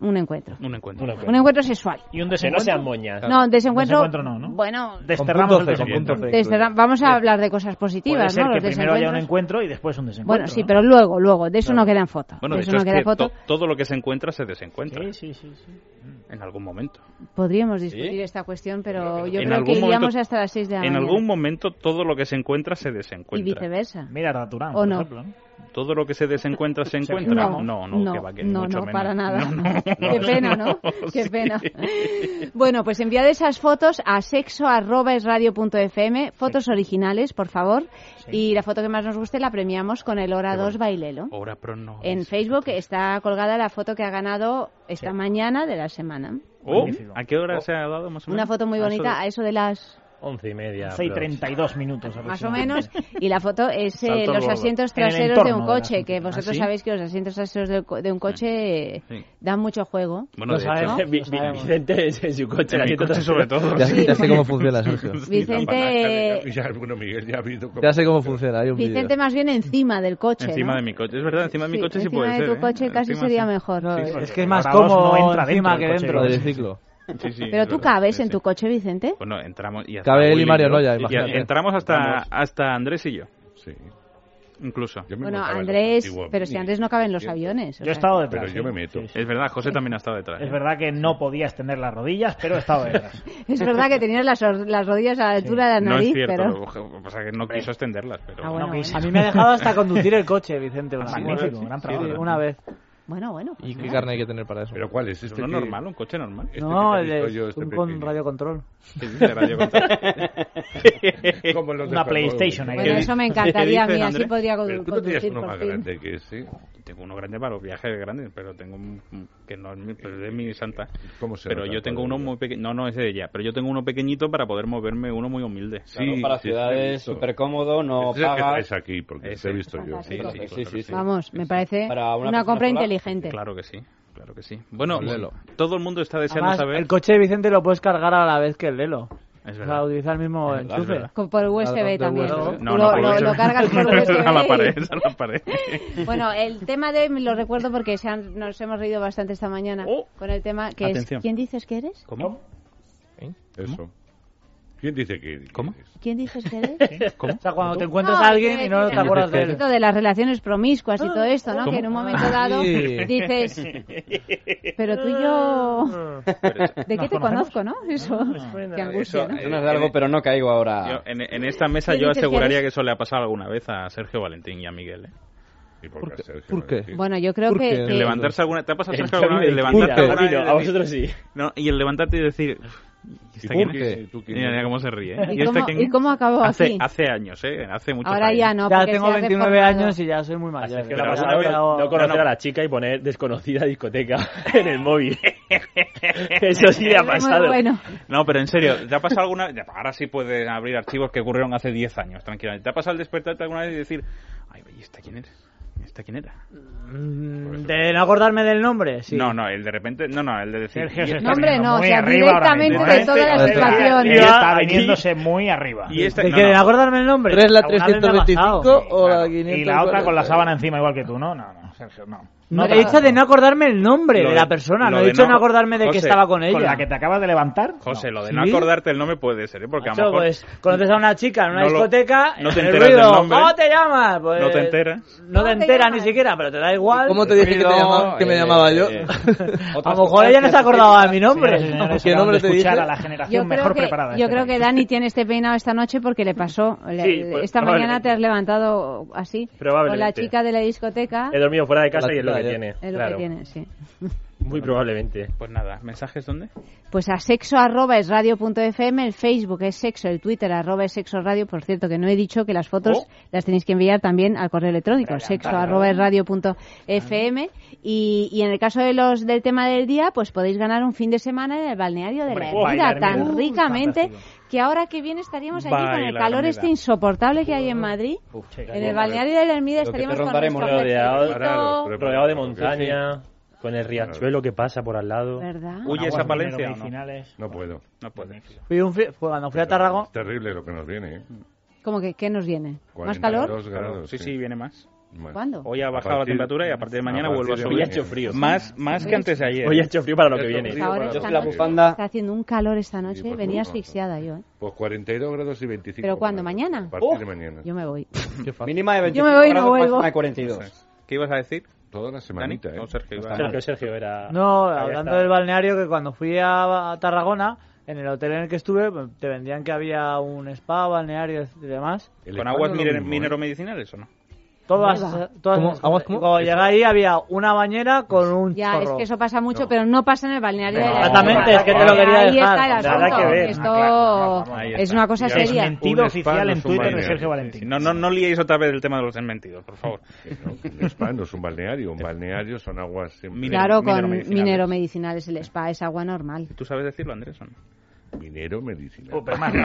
[SPEAKER 21] un encuentro,
[SPEAKER 6] Un encuentro.
[SPEAKER 21] un encuentro sexual.
[SPEAKER 7] Y un
[SPEAKER 11] Que no
[SPEAKER 7] desencuentro.
[SPEAKER 11] sean moñas.
[SPEAKER 21] No, desencuentro,
[SPEAKER 7] Desencuentro no, ¿no?
[SPEAKER 21] Bueno,
[SPEAKER 7] Desterramos el
[SPEAKER 10] C, con
[SPEAKER 7] desencuentro.
[SPEAKER 10] punto
[SPEAKER 21] desde- vamos a hablar de cosas
[SPEAKER 7] Puede
[SPEAKER 21] positivas,
[SPEAKER 7] ser
[SPEAKER 21] ¿no?
[SPEAKER 7] que
[SPEAKER 21] Los
[SPEAKER 7] primero haya un
[SPEAKER 21] desencuentros.
[SPEAKER 7] encuentro y después un desencuentro.
[SPEAKER 21] Bueno, sí, pero luego, luego, de eso no quedan fotos.
[SPEAKER 6] Bueno,
[SPEAKER 21] de
[SPEAKER 6] de
[SPEAKER 21] eso
[SPEAKER 6] hecho
[SPEAKER 21] no
[SPEAKER 6] es
[SPEAKER 21] queda
[SPEAKER 6] que
[SPEAKER 21] foto.
[SPEAKER 6] to- todo lo que se encuentra se desencuentra. Mm.
[SPEAKER 7] Sí, sí, sí. sí.
[SPEAKER 6] En algún momento.
[SPEAKER 21] Podríamos discutir esta cuestión, pero yo
[SPEAKER 6] En
[SPEAKER 21] creo que
[SPEAKER 6] algún
[SPEAKER 21] iríamos
[SPEAKER 6] momento-
[SPEAKER 21] hasta las 6 de la
[SPEAKER 6] En
[SPEAKER 21] mañana.
[SPEAKER 6] algún momento todo lo que se encuentra se
[SPEAKER 21] y
[SPEAKER 6] desencuentra.
[SPEAKER 21] viceversa.
[SPEAKER 7] Mira, Raturán,
[SPEAKER 21] ¿O
[SPEAKER 7] por
[SPEAKER 21] no?
[SPEAKER 7] ejemplo.
[SPEAKER 6] ¿eh?
[SPEAKER 7] ¿no?
[SPEAKER 6] Todo lo que se desencuentra se encuentra.
[SPEAKER 21] No,
[SPEAKER 6] no,
[SPEAKER 21] no,
[SPEAKER 6] que va, que
[SPEAKER 21] no,
[SPEAKER 6] mucho
[SPEAKER 21] no,
[SPEAKER 6] menos.
[SPEAKER 21] para nada.
[SPEAKER 6] No, no.
[SPEAKER 21] Qué pena, ¿no? Qué pena. Bueno, pues enviad esas fotos a sexo.esradio.fm, fotos originales, por favor, y la foto que más nos guste la premiamos con el Hora 2 Bailelo.
[SPEAKER 6] Ahora pro no.
[SPEAKER 21] En Facebook está colgada la foto que ha ganado esta mañana de la semana.
[SPEAKER 6] Oh, ¿A qué hora se ha dado más o menos?
[SPEAKER 21] Una foto
[SPEAKER 7] Ah,
[SPEAKER 21] muy
[SPEAKER 6] A eso
[SPEAKER 21] bonita, a eso de las
[SPEAKER 11] Once y media.
[SPEAKER 7] 6 y 32 minutos.
[SPEAKER 21] más o menos, y la foto es eh,
[SPEAKER 7] Salto al
[SPEAKER 21] los
[SPEAKER 7] gordo.
[SPEAKER 21] asientos
[SPEAKER 7] En el
[SPEAKER 21] traseros de
[SPEAKER 7] entorno
[SPEAKER 21] un
[SPEAKER 7] de la
[SPEAKER 21] coche,
[SPEAKER 7] gente.
[SPEAKER 21] que vosotros
[SPEAKER 6] ¿Ah, sí?
[SPEAKER 21] sabéis que los asientos traseros de, co- de un coche eh,
[SPEAKER 6] Sí.
[SPEAKER 21] dan mucho juego.
[SPEAKER 6] Bueno, de hecho-
[SPEAKER 21] ¿no?
[SPEAKER 11] Vi- vi- Vicente en su coche.
[SPEAKER 6] En
[SPEAKER 11] la
[SPEAKER 6] mi
[SPEAKER 11] gente
[SPEAKER 6] coche
[SPEAKER 11] está-
[SPEAKER 6] sobre todo.
[SPEAKER 10] Ya, ya sé cómo funciona, Sergio.
[SPEAKER 21] Vicente,
[SPEAKER 2] Ya, bueno, Miguel ya ha habido como-
[SPEAKER 10] Ya sé cómo funciona. Hay un vídeo.
[SPEAKER 21] Vicente más bien encima del coche.
[SPEAKER 6] Encima
[SPEAKER 21] ¿no?
[SPEAKER 6] de mi coche. Es verdad, encima de mi
[SPEAKER 21] Sí,
[SPEAKER 6] coche sí
[SPEAKER 21] encima
[SPEAKER 6] puede
[SPEAKER 21] de
[SPEAKER 6] ser.
[SPEAKER 21] tu
[SPEAKER 6] ¿eh?
[SPEAKER 21] coche casi
[SPEAKER 6] Encima
[SPEAKER 21] sería
[SPEAKER 6] sí.
[SPEAKER 21] mejor.
[SPEAKER 6] Sí,
[SPEAKER 21] Es
[SPEAKER 6] porque
[SPEAKER 9] que es más
[SPEAKER 6] ahora dos
[SPEAKER 9] cómodo
[SPEAKER 6] no
[SPEAKER 9] encima
[SPEAKER 6] del
[SPEAKER 9] que
[SPEAKER 6] coche,
[SPEAKER 9] dentro.
[SPEAKER 6] ¿no?
[SPEAKER 10] Del ciclo.
[SPEAKER 6] Sí, sí,
[SPEAKER 21] Pero
[SPEAKER 6] es
[SPEAKER 21] tú
[SPEAKER 6] verdad.
[SPEAKER 21] cabes
[SPEAKER 6] Sí,
[SPEAKER 21] en
[SPEAKER 6] sí.
[SPEAKER 21] tu coche, Vicente.
[SPEAKER 6] Bueno, entramos y hasta
[SPEAKER 10] Cabe él y
[SPEAKER 6] Willy
[SPEAKER 10] Mario,
[SPEAKER 6] yo.
[SPEAKER 10] ¿no? Ya,
[SPEAKER 6] Y
[SPEAKER 10] imagínate.
[SPEAKER 6] entramos hasta,
[SPEAKER 10] Entramos.
[SPEAKER 6] hasta Andrés y yo.
[SPEAKER 2] Sí.
[SPEAKER 6] Incluso.
[SPEAKER 21] Bueno, Andrés, pero si Andrés no cabe en los aviones. o
[SPEAKER 7] Yo he
[SPEAKER 21] sea,
[SPEAKER 7] estado detrás. sí.
[SPEAKER 2] meto.
[SPEAKER 6] Es verdad, José también ha estado detrás. ¿eh?
[SPEAKER 7] Es verdad que no podía extender las rodillas, pero he estado detrás.
[SPEAKER 21] Es verdad que tenías las, or- las rodillas a la altura de la
[SPEAKER 6] no
[SPEAKER 21] nariz,
[SPEAKER 6] es cierto,
[SPEAKER 21] pero...
[SPEAKER 6] lo que- lo que pasa es que no quiso extenderlas. Pero pues,
[SPEAKER 21] Ah, bueno, bueno.
[SPEAKER 9] A mí me ha dejado hasta conducir el coche, Vicente. una vez.
[SPEAKER 7] Magnífico, gran
[SPEAKER 9] Sí,
[SPEAKER 7] trabajo.
[SPEAKER 9] una vez.
[SPEAKER 6] Este
[SPEAKER 21] Bueno, bueno.
[SPEAKER 9] ¿Ah,
[SPEAKER 21] pues
[SPEAKER 10] ¿Y qué
[SPEAKER 21] nada.
[SPEAKER 10] carne hay que tener para eso?
[SPEAKER 2] ¿Pero cuál es? ¿Este
[SPEAKER 6] ¿Uno
[SPEAKER 2] que-
[SPEAKER 6] normal? ¿Un coche normal?
[SPEAKER 2] este
[SPEAKER 9] No,
[SPEAKER 2] que
[SPEAKER 9] el
[SPEAKER 2] te he
[SPEAKER 9] de-
[SPEAKER 2] visto yo, este
[SPEAKER 9] un con
[SPEAKER 2] pequeño?
[SPEAKER 9] radiocontrol.
[SPEAKER 6] ¿Qué dice la radio control?
[SPEAKER 2] Como los de
[SPEAKER 7] Una
[SPEAKER 2] Japón.
[SPEAKER 7] PlayStation ahí.
[SPEAKER 2] ¿Qué
[SPEAKER 7] ¿Qué
[SPEAKER 21] Bueno,
[SPEAKER 2] dices?
[SPEAKER 21] eso me encantaría a mí,
[SPEAKER 6] dices,
[SPEAKER 21] así
[SPEAKER 6] Andrés?
[SPEAKER 21] podría
[SPEAKER 2] Pero
[SPEAKER 21] con-
[SPEAKER 2] tú no tienes
[SPEAKER 21] conducir
[SPEAKER 2] uno
[SPEAKER 21] por
[SPEAKER 2] más
[SPEAKER 21] fin.
[SPEAKER 2] grande que ese.
[SPEAKER 6] Tengo uno grande para los viajes grandes, pero tengo un un- que no es mi, pero es de mi santa.
[SPEAKER 2] ¿Cómo se
[SPEAKER 6] Pero
[SPEAKER 2] nota
[SPEAKER 6] yo tengo
[SPEAKER 2] cuando-
[SPEAKER 6] uno muy pequeño. No, no, ese de ella. Pero yo tengo uno pequeñito para poder moverme, uno muy humilde.
[SPEAKER 2] Sí,
[SPEAKER 8] para
[SPEAKER 2] sí,
[SPEAKER 8] ciudades
[SPEAKER 2] sí, sí.
[SPEAKER 8] súper cómodo, no
[SPEAKER 2] Ese es el que
[SPEAKER 8] pagas.
[SPEAKER 2] traes aquí, porque
[SPEAKER 6] Ese.
[SPEAKER 2] ese he visto yo.
[SPEAKER 6] Sí, sí,
[SPEAKER 8] Sí, sí, sí.
[SPEAKER 21] Vamos, me parece
[SPEAKER 8] Para una
[SPEAKER 21] una,
[SPEAKER 8] persona
[SPEAKER 21] compra
[SPEAKER 8] sola,
[SPEAKER 21] inteligente.
[SPEAKER 6] Claro que sí, claro que sí. Bueno,
[SPEAKER 10] Lelo.
[SPEAKER 6] todo el mundo está deseando
[SPEAKER 9] Además,
[SPEAKER 6] saber.
[SPEAKER 9] el coche de Vicente lo puedes cargar a la vez que el Lelo.
[SPEAKER 6] ¿eh? Es
[SPEAKER 9] O sea,
[SPEAKER 6] verdad.
[SPEAKER 9] utilizar el mismo
[SPEAKER 6] verdad, es
[SPEAKER 9] enchufe.
[SPEAKER 6] verdad.
[SPEAKER 21] Con- Por
[SPEAKER 10] Claro, de
[SPEAKER 21] USB también.
[SPEAKER 10] USB.
[SPEAKER 6] No, no,
[SPEAKER 21] lo,
[SPEAKER 6] por
[SPEAKER 21] lo-
[SPEAKER 6] USB.
[SPEAKER 21] lo cargas por USB.
[SPEAKER 6] a la
[SPEAKER 21] y-
[SPEAKER 6] pared, a la pared.
[SPEAKER 21] Bueno, eh, el tema de lo recuerdo porque se han- nos hemos reído bastante esta mañana
[SPEAKER 6] Oh.
[SPEAKER 21] con el tema que
[SPEAKER 6] Atención.
[SPEAKER 21] es ¿Quién dices que eres?
[SPEAKER 6] ¿Eh? ¿Cómo?
[SPEAKER 2] Eso. ¿Quién dice Ah, que.? ¿Cómo?
[SPEAKER 21] ¿Quién dijo ustedes?
[SPEAKER 9] O sea, cuando te encuentras a alguien y no te acuerdas de él.
[SPEAKER 21] de las relaciones promiscuas y todo esto, ¿no?
[SPEAKER 9] ¿Cómo?
[SPEAKER 21] Que en un momento dado
[SPEAKER 9] Sí.
[SPEAKER 21] dices, pero tú y
[SPEAKER 6] Ah,
[SPEAKER 21] yo, ¿de qué te conozco, no? Eso, qué angustia, ¿no?
[SPEAKER 8] Yo no sé algo, pero no caigo ahora.
[SPEAKER 6] Eh, e- Yo, en, e- en esta mesa
[SPEAKER 21] ¿Qué
[SPEAKER 6] yo
[SPEAKER 21] dices que
[SPEAKER 6] aseguraría
[SPEAKER 21] eres?
[SPEAKER 6] que eso le ha pasado alguna vez a Sergio Valentín y a Miguel. ¿eh?
[SPEAKER 2] ¿Por qué?
[SPEAKER 10] ¿Por qué?
[SPEAKER 21] Bueno, yo creo que... que-
[SPEAKER 6] levantarse alguna ¿Te ha pasado
[SPEAKER 11] El
[SPEAKER 6] Sergio alguna
[SPEAKER 11] Xavi
[SPEAKER 6] vez?
[SPEAKER 11] de
[SPEAKER 6] levantarte
[SPEAKER 11] Quita,
[SPEAKER 6] alguna
[SPEAKER 11] Pino,
[SPEAKER 6] vez y
[SPEAKER 11] a
[SPEAKER 6] decir-
[SPEAKER 11] vosotros sí.
[SPEAKER 6] No, y el levantarte y decir... ¿Y esta
[SPEAKER 11] ¿Y
[SPEAKER 6] quién
[SPEAKER 11] por
[SPEAKER 6] es?
[SPEAKER 11] qué? ¿Tú quién
[SPEAKER 6] Mira,
[SPEAKER 11] eres?
[SPEAKER 6] mira cómo se ríe.
[SPEAKER 21] ¿Y
[SPEAKER 6] esta
[SPEAKER 21] cómo-
[SPEAKER 6] quién
[SPEAKER 21] y
[SPEAKER 6] es?
[SPEAKER 21] cómo acabó
[SPEAKER 6] hace,
[SPEAKER 21] así?
[SPEAKER 6] Hace años, ¿eh? Hace muchos
[SPEAKER 21] Ahora
[SPEAKER 6] años.
[SPEAKER 21] ya no,
[SPEAKER 9] Ya
[SPEAKER 21] porque
[SPEAKER 9] tengo
[SPEAKER 21] se ha
[SPEAKER 9] 29
[SPEAKER 21] reformado.
[SPEAKER 9] años y ya soy muy mayor.
[SPEAKER 11] Que
[SPEAKER 9] ya,
[SPEAKER 11] la
[SPEAKER 9] ya,
[SPEAKER 11] pasada es
[SPEAKER 9] pero-
[SPEAKER 11] no conocer
[SPEAKER 9] no,
[SPEAKER 11] a la chica y poner desconocida discoteca en el móvil. Eso sí le ha
[SPEAKER 6] Muy
[SPEAKER 11] pasado.
[SPEAKER 6] bueno. No, pero en serio, ¿te ha pasado alguna ya, Ahora sí puedes abrir archivos que ocurrieron hace 10 años, tranquilamente. ¿Te ha pasado el despertarte alguna vez y decir, ay, ¿y esta quién era? ¿Y ¿Esta quién era?
[SPEAKER 9] Mm, De no acordarme del nombre, sí.
[SPEAKER 6] No, no, el de repente, no, no, el de decir.
[SPEAKER 9] Sergio
[SPEAKER 6] "¿Y
[SPEAKER 9] se
[SPEAKER 6] esta
[SPEAKER 9] está
[SPEAKER 6] quién era?".
[SPEAKER 9] viniendo No, o muy sea, arriba ahora mismo, directamente ¿eh? de todas las
[SPEAKER 7] Está-
[SPEAKER 9] situaciones.
[SPEAKER 7] Está
[SPEAKER 9] Aquí-
[SPEAKER 7] viniéndose muy arriba.
[SPEAKER 6] Y esta-
[SPEAKER 9] De
[SPEAKER 6] no,
[SPEAKER 9] que
[SPEAKER 6] no.
[SPEAKER 9] de acordarme el nombre.
[SPEAKER 10] ¿Tres la
[SPEAKER 9] alguna vez me ha
[SPEAKER 10] 325
[SPEAKER 9] pasado.
[SPEAKER 10] o la
[SPEAKER 7] Y la otra con la
[SPEAKER 10] 540?
[SPEAKER 7] sábana encima, igual que tú, ¿no? No, no, Sergio, no.
[SPEAKER 9] No,
[SPEAKER 7] te-
[SPEAKER 9] he dicho de no acordarme el nombre
[SPEAKER 6] Lo
[SPEAKER 9] de
[SPEAKER 6] de-
[SPEAKER 9] la persona,
[SPEAKER 6] lo
[SPEAKER 9] no he
[SPEAKER 6] de
[SPEAKER 9] dicho
[SPEAKER 6] no-
[SPEAKER 9] no acordarme de que
[SPEAKER 6] José,
[SPEAKER 9] estaba con ella.
[SPEAKER 6] con la que
[SPEAKER 7] te acabas de levantar?
[SPEAKER 6] José, lo de no
[SPEAKER 9] ¿Sí?
[SPEAKER 6] acordarte el nombre puede ser, ¿eh? Porque a
[SPEAKER 9] Macho,
[SPEAKER 6] lo mejor
[SPEAKER 9] pues conoces a una chica en una
[SPEAKER 6] no lo-
[SPEAKER 9] discoteca,
[SPEAKER 6] no te
[SPEAKER 9] en el
[SPEAKER 6] enteras del
[SPEAKER 9] ruido,
[SPEAKER 6] nombre.
[SPEAKER 9] ¿cómo te llamas? Pues,
[SPEAKER 6] no te enteras.
[SPEAKER 9] No te enteras ni siquiera, pero te da igual.
[SPEAKER 10] ¿Cómo te dije que, te
[SPEAKER 9] Ruido,
[SPEAKER 10] llamaba, que me
[SPEAKER 9] eh,
[SPEAKER 10] llamaba yo?
[SPEAKER 9] A lo mejor ella no se acordaba de mi nombre.
[SPEAKER 7] Señoras y señores,
[SPEAKER 10] ¿Qué
[SPEAKER 7] acaban de
[SPEAKER 10] nombre te
[SPEAKER 7] escuchar
[SPEAKER 10] dije?
[SPEAKER 7] a la
[SPEAKER 21] Yo
[SPEAKER 7] generación
[SPEAKER 21] creo,
[SPEAKER 7] mejor
[SPEAKER 21] que,
[SPEAKER 7] preparada. de
[SPEAKER 21] yo
[SPEAKER 7] este
[SPEAKER 21] creo
[SPEAKER 7] país.
[SPEAKER 21] que Dani tiene este peinado esta noche porque le pasó. le-
[SPEAKER 11] Sí, pues,
[SPEAKER 21] esta mañana
[SPEAKER 11] probablemente.
[SPEAKER 21] te has levantado así. Con la
[SPEAKER 11] Probablemente.
[SPEAKER 21] chica de la discoteca.
[SPEAKER 11] He dormido fuera de casa
[SPEAKER 6] La
[SPEAKER 11] y es lo que
[SPEAKER 6] chica, ya.
[SPEAKER 11] tiene.
[SPEAKER 6] Es
[SPEAKER 21] Es lo
[SPEAKER 11] claro.
[SPEAKER 21] que tiene, sí.
[SPEAKER 11] Muy probablemente.
[SPEAKER 6] Pues nada, ¿mensajes dónde?
[SPEAKER 21] Pues a sexo arroba es radio punto fm, el Facebook es sexo, el Twitter arroba es sexo radio. Por cierto, que no he dicho que las fotos
[SPEAKER 6] Oh.
[SPEAKER 21] las tenéis que enviar también al correo electrónico, sexo arroba es radio punto fm. Y, y en el caso de los del tema del día, pues podéis ganar un fin de semana en el balneario de
[SPEAKER 6] Hombre,
[SPEAKER 21] la Hermida,
[SPEAKER 6] bailar, mira.
[SPEAKER 21] tan ricamente que ahora que viene estaríamos allí con el
[SPEAKER 6] Bailar,
[SPEAKER 21] calor
[SPEAKER 6] mira.
[SPEAKER 21] este insoportable que hay en Madrid. En el balneario de la Hermida estaríamos con nuestro
[SPEAKER 11] rodeado,
[SPEAKER 21] fresquito,
[SPEAKER 11] rodeado de montaña, con el riachuelo que pasa por al lado.
[SPEAKER 21] ¿Verdad?
[SPEAKER 6] ¿Huyes a
[SPEAKER 7] Aguas
[SPEAKER 6] Palencia o no?
[SPEAKER 7] medicinales.
[SPEAKER 2] No puedo.
[SPEAKER 6] No puedo. Pues
[SPEAKER 9] Fui un fri- fue cuando fui a Tarragona.
[SPEAKER 2] Es terrible lo que nos viene, ¿eh?
[SPEAKER 21] Como que, ¿qué nos viene? ¿Más
[SPEAKER 2] 42
[SPEAKER 21] calor?
[SPEAKER 2] grados,
[SPEAKER 6] sí, sí, viene más.
[SPEAKER 2] Bueno.
[SPEAKER 21] ¿Cuándo?
[SPEAKER 6] Hoy ha
[SPEAKER 2] A
[SPEAKER 6] bajado la
[SPEAKER 2] partir-
[SPEAKER 6] temperatura y a partir de mañana
[SPEAKER 2] a partir
[SPEAKER 6] vuelve a
[SPEAKER 2] de
[SPEAKER 6] subir.
[SPEAKER 2] Hoy ha hecho frío.
[SPEAKER 6] Más, más que antes de ayer.
[SPEAKER 11] Hoy ha hecho frío para lo que
[SPEAKER 2] Hoy ha hecho
[SPEAKER 11] viene.
[SPEAKER 2] frío para
[SPEAKER 21] Ahora
[SPEAKER 2] lo que
[SPEAKER 21] está,
[SPEAKER 2] viene.
[SPEAKER 21] está haciendo un calor esta noche.
[SPEAKER 2] pues,
[SPEAKER 21] Venía
[SPEAKER 2] bueno.
[SPEAKER 21] asfixiada yo. ¿eh?
[SPEAKER 2] Pues 42 grados y 25.
[SPEAKER 21] ¿Pero cuándo?
[SPEAKER 2] grados.
[SPEAKER 21] ¿Mañana?
[SPEAKER 2] A partir
[SPEAKER 21] ¡Oh!
[SPEAKER 2] de mañana.
[SPEAKER 21] Yo me voy.
[SPEAKER 8] Mínima de 20
[SPEAKER 21] Yo me voy y no
[SPEAKER 8] grados,
[SPEAKER 21] vuelvo.
[SPEAKER 8] máxima de 42.
[SPEAKER 6] ¿Qué ibas a decir?
[SPEAKER 2] Toda la semanita, ¿eh?
[SPEAKER 6] Dani? No, Sergio, iba-
[SPEAKER 11] Sergio, Sergio era.
[SPEAKER 9] No,
[SPEAKER 11] había
[SPEAKER 9] hablando
[SPEAKER 11] estado.
[SPEAKER 9] del balneario, que cuando fui a, a Tarragona, en el hotel en el que estuve, pues, te vendían que había un spa, balneario y demás.
[SPEAKER 2] El
[SPEAKER 6] ¿Con
[SPEAKER 2] español
[SPEAKER 6] aguas
[SPEAKER 2] lo
[SPEAKER 6] minero-
[SPEAKER 2] mismo, ¿eh?
[SPEAKER 6] mineromedicinales o no?
[SPEAKER 9] Todas,
[SPEAKER 21] Nueva.
[SPEAKER 9] todas
[SPEAKER 10] ¿Cómo?
[SPEAKER 9] esas
[SPEAKER 10] ¿Aguas
[SPEAKER 9] cosas.
[SPEAKER 10] cómo?
[SPEAKER 9] Y Cuando llegué ahí había una bañera con un
[SPEAKER 21] Ya,
[SPEAKER 9] chorro.
[SPEAKER 21] es que eso pasa mucho, pero no pasa en el balneario. de la
[SPEAKER 9] Exactamente,
[SPEAKER 21] Hermida.
[SPEAKER 9] es que te lo quería
[SPEAKER 21] Ahí
[SPEAKER 9] dejar.
[SPEAKER 21] está el
[SPEAKER 9] Nada
[SPEAKER 21] asunto.
[SPEAKER 9] que ver.
[SPEAKER 21] Esto
[SPEAKER 6] Ahí
[SPEAKER 21] es
[SPEAKER 6] está.
[SPEAKER 21] una cosa
[SPEAKER 6] Y ahora
[SPEAKER 21] seria.
[SPEAKER 6] un
[SPEAKER 7] Sentido
[SPEAKER 6] spa
[SPEAKER 7] oficial
[SPEAKER 6] no
[SPEAKER 7] en
[SPEAKER 6] es un
[SPEAKER 7] Twitter de
[SPEAKER 6] balneario.
[SPEAKER 7] Sergio Valentín.
[SPEAKER 6] Sí, sí. No, no, no liéis otra vez el tema de los desmentidos, por favor.
[SPEAKER 2] El spa no es un balneario, un balneario son aguas siempre.
[SPEAKER 21] Claro, con
[SPEAKER 6] mineromedicinales.
[SPEAKER 21] minero medicinales el spa es agua normal.
[SPEAKER 6] ¿Tú sabes decirlo, Andrés? o no?
[SPEAKER 2] Minero medicinal.
[SPEAKER 11] Oh,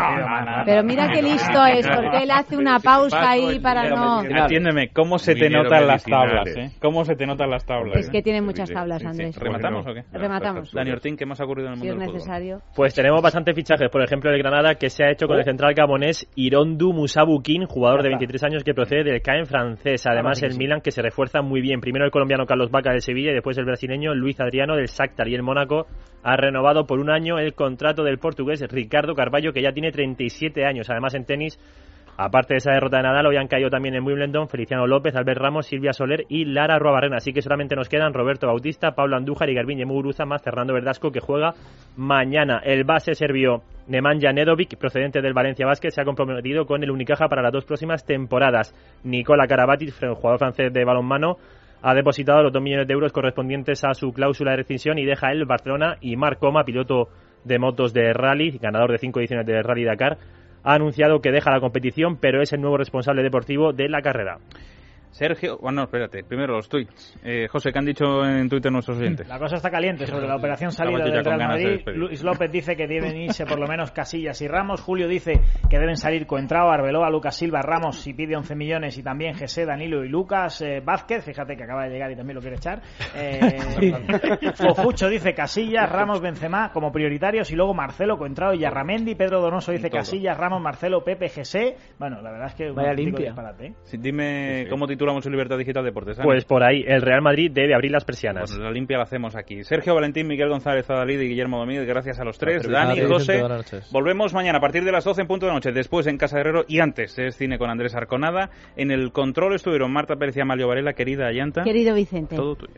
[SPEAKER 21] Pero mira qué listo es, porque él hace una pausa ahí para no...
[SPEAKER 6] Atiéndeme, ¿cómo se te
[SPEAKER 2] Minero
[SPEAKER 6] notan las tablas?
[SPEAKER 2] medicinales.
[SPEAKER 6] eh? ¿Cómo se te notan las tablas?
[SPEAKER 21] Es que tiene muchas
[SPEAKER 6] Sí,
[SPEAKER 21] tablas,
[SPEAKER 6] sí, sí.
[SPEAKER 21] Andrés.
[SPEAKER 6] ¿Rematamos o qué?
[SPEAKER 21] Rematamos.
[SPEAKER 6] Dani Ortín, ¿qué más ha ocurrido en el
[SPEAKER 21] Si
[SPEAKER 6] mundo
[SPEAKER 21] es
[SPEAKER 6] del fútbol?
[SPEAKER 21] necesario.
[SPEAKER 11] Pues tenemos bastantes fichajes, por ejemplo, el Granada que se ha hecho con
[SPEAKER 21] Oh.
[SPEAKER 11] el central gabonés Irondu Musabukin, jugador de 23 años que procede del CAEN francés.
[SPEAKER 21] Ah,
[SPEAKER 11] Además, el Milan que se refuerza muy bien. Primero el colombiano Carlos Vaca de Sevilla y después el brasileño Luis Adriano del Shakhtar y el Mónaco ha renovado por un año el contrato del portugués Ricardo Carballo que ya tiene 37 años. Además, en tenis Aparte de esa derrota de Nadal, hoy han caído también en Wimbledon Feliciano López, Albert Ramos, Silvia Soler y Lara Ruabarrena. Así que solamente nos quedan Roberto Bautista, Pablo Andújar y Garbiñe Muguruza, más Fernando Verdasco, que juega mañana. El base serbio Nemanja Nedovic, procedente del Valencia Vázquez, se ha comprometido con el Unicaja para las dos próximas temporadas. Nicola Karabatic, fr- jugador francés de balonmano, ha depositado los 2 millones de euros correspondientes a su cláusula de rescisión y deja el Barcelona y Marc Coma, piloto de motos de rally, ganador de cinco ediciones de Rally Dakar, ha anunciado que deja la competición, pero es el nuevo responsable deportivo de la carrera.
[SPEAKER 6] Sergio, bueno, espérate, primero los tweets. Eh, José, ¿qué han dicho en Twitter nuestros oyentes?
[SPEAKER 7] La cosa está caliente sobre la operación salida
[SPEAKER 6] Estamos ya
[SPEAKER 7] del
[SPEAKER 6] con
[SPEAKER 7] Real
[SPEAKER 6] ganas de
[SPEAKER 7] Madrid.
[SPEAKER 6] despedir.
[SPEAKER 7] Luis López dice que deben irse por lo menos Casillas y Ramos. Julio dice que deben salir Coentrao, Arbeloa, Lucas Silva, Ramos si pide 11 millones y también Gesé, Danilo y Lucas eh, Vázquez. Fíjate que acaba de llegar y también lo quiere echar. Eh, Fofucho dice Casillas, Ramos, Benzema como prioritarios y luego Marcelo, Coentrao y Yarramendi. Pedro Donoso dice
[SPEAKER 6] Todo.
[SPEAKER 7] Casillas, Ramos, Marcelo, Pepe, Gesé. Bueno, la verdad es que un
[SPEAKER 9] Vaya
[SPEAKER 7] auténtico
[SPEAKER 9] limpia.
[SPEAKER 7] disparate, ¿eh?
[SPEAKER 6] Sí, dime cómo titulamos en Libertad Digital Deportes. Dani.
[SPEAKER 11] Pues por ahí, el Real Madrid debe abrir las persianas.
[SPEAKER 6] Bueno, la limpia la hacemos aquí. Sergio Valentín, Miguel González Adalid y Guillermo Domínguez, gracias a los tres.
[SPEAKER 10] Gracias.
[SPEAKER 6] Dani,
[SPEAKER 10] Gracias,
[SPEAKER 6] José,
[SPEAKER 10] buenas noches.
[SPEAKER 6] volvemos mañana a partir de las 12 en punto de la noche, después en Casa Herrero y antes es Cine con Andrés Arconada. En el control estuvieron Marta Pérez y Amalio Varela, querida Ayanta.
[SPEAKER 21] Querido Vicente.
[SPEAKER 6] Todo tuyo.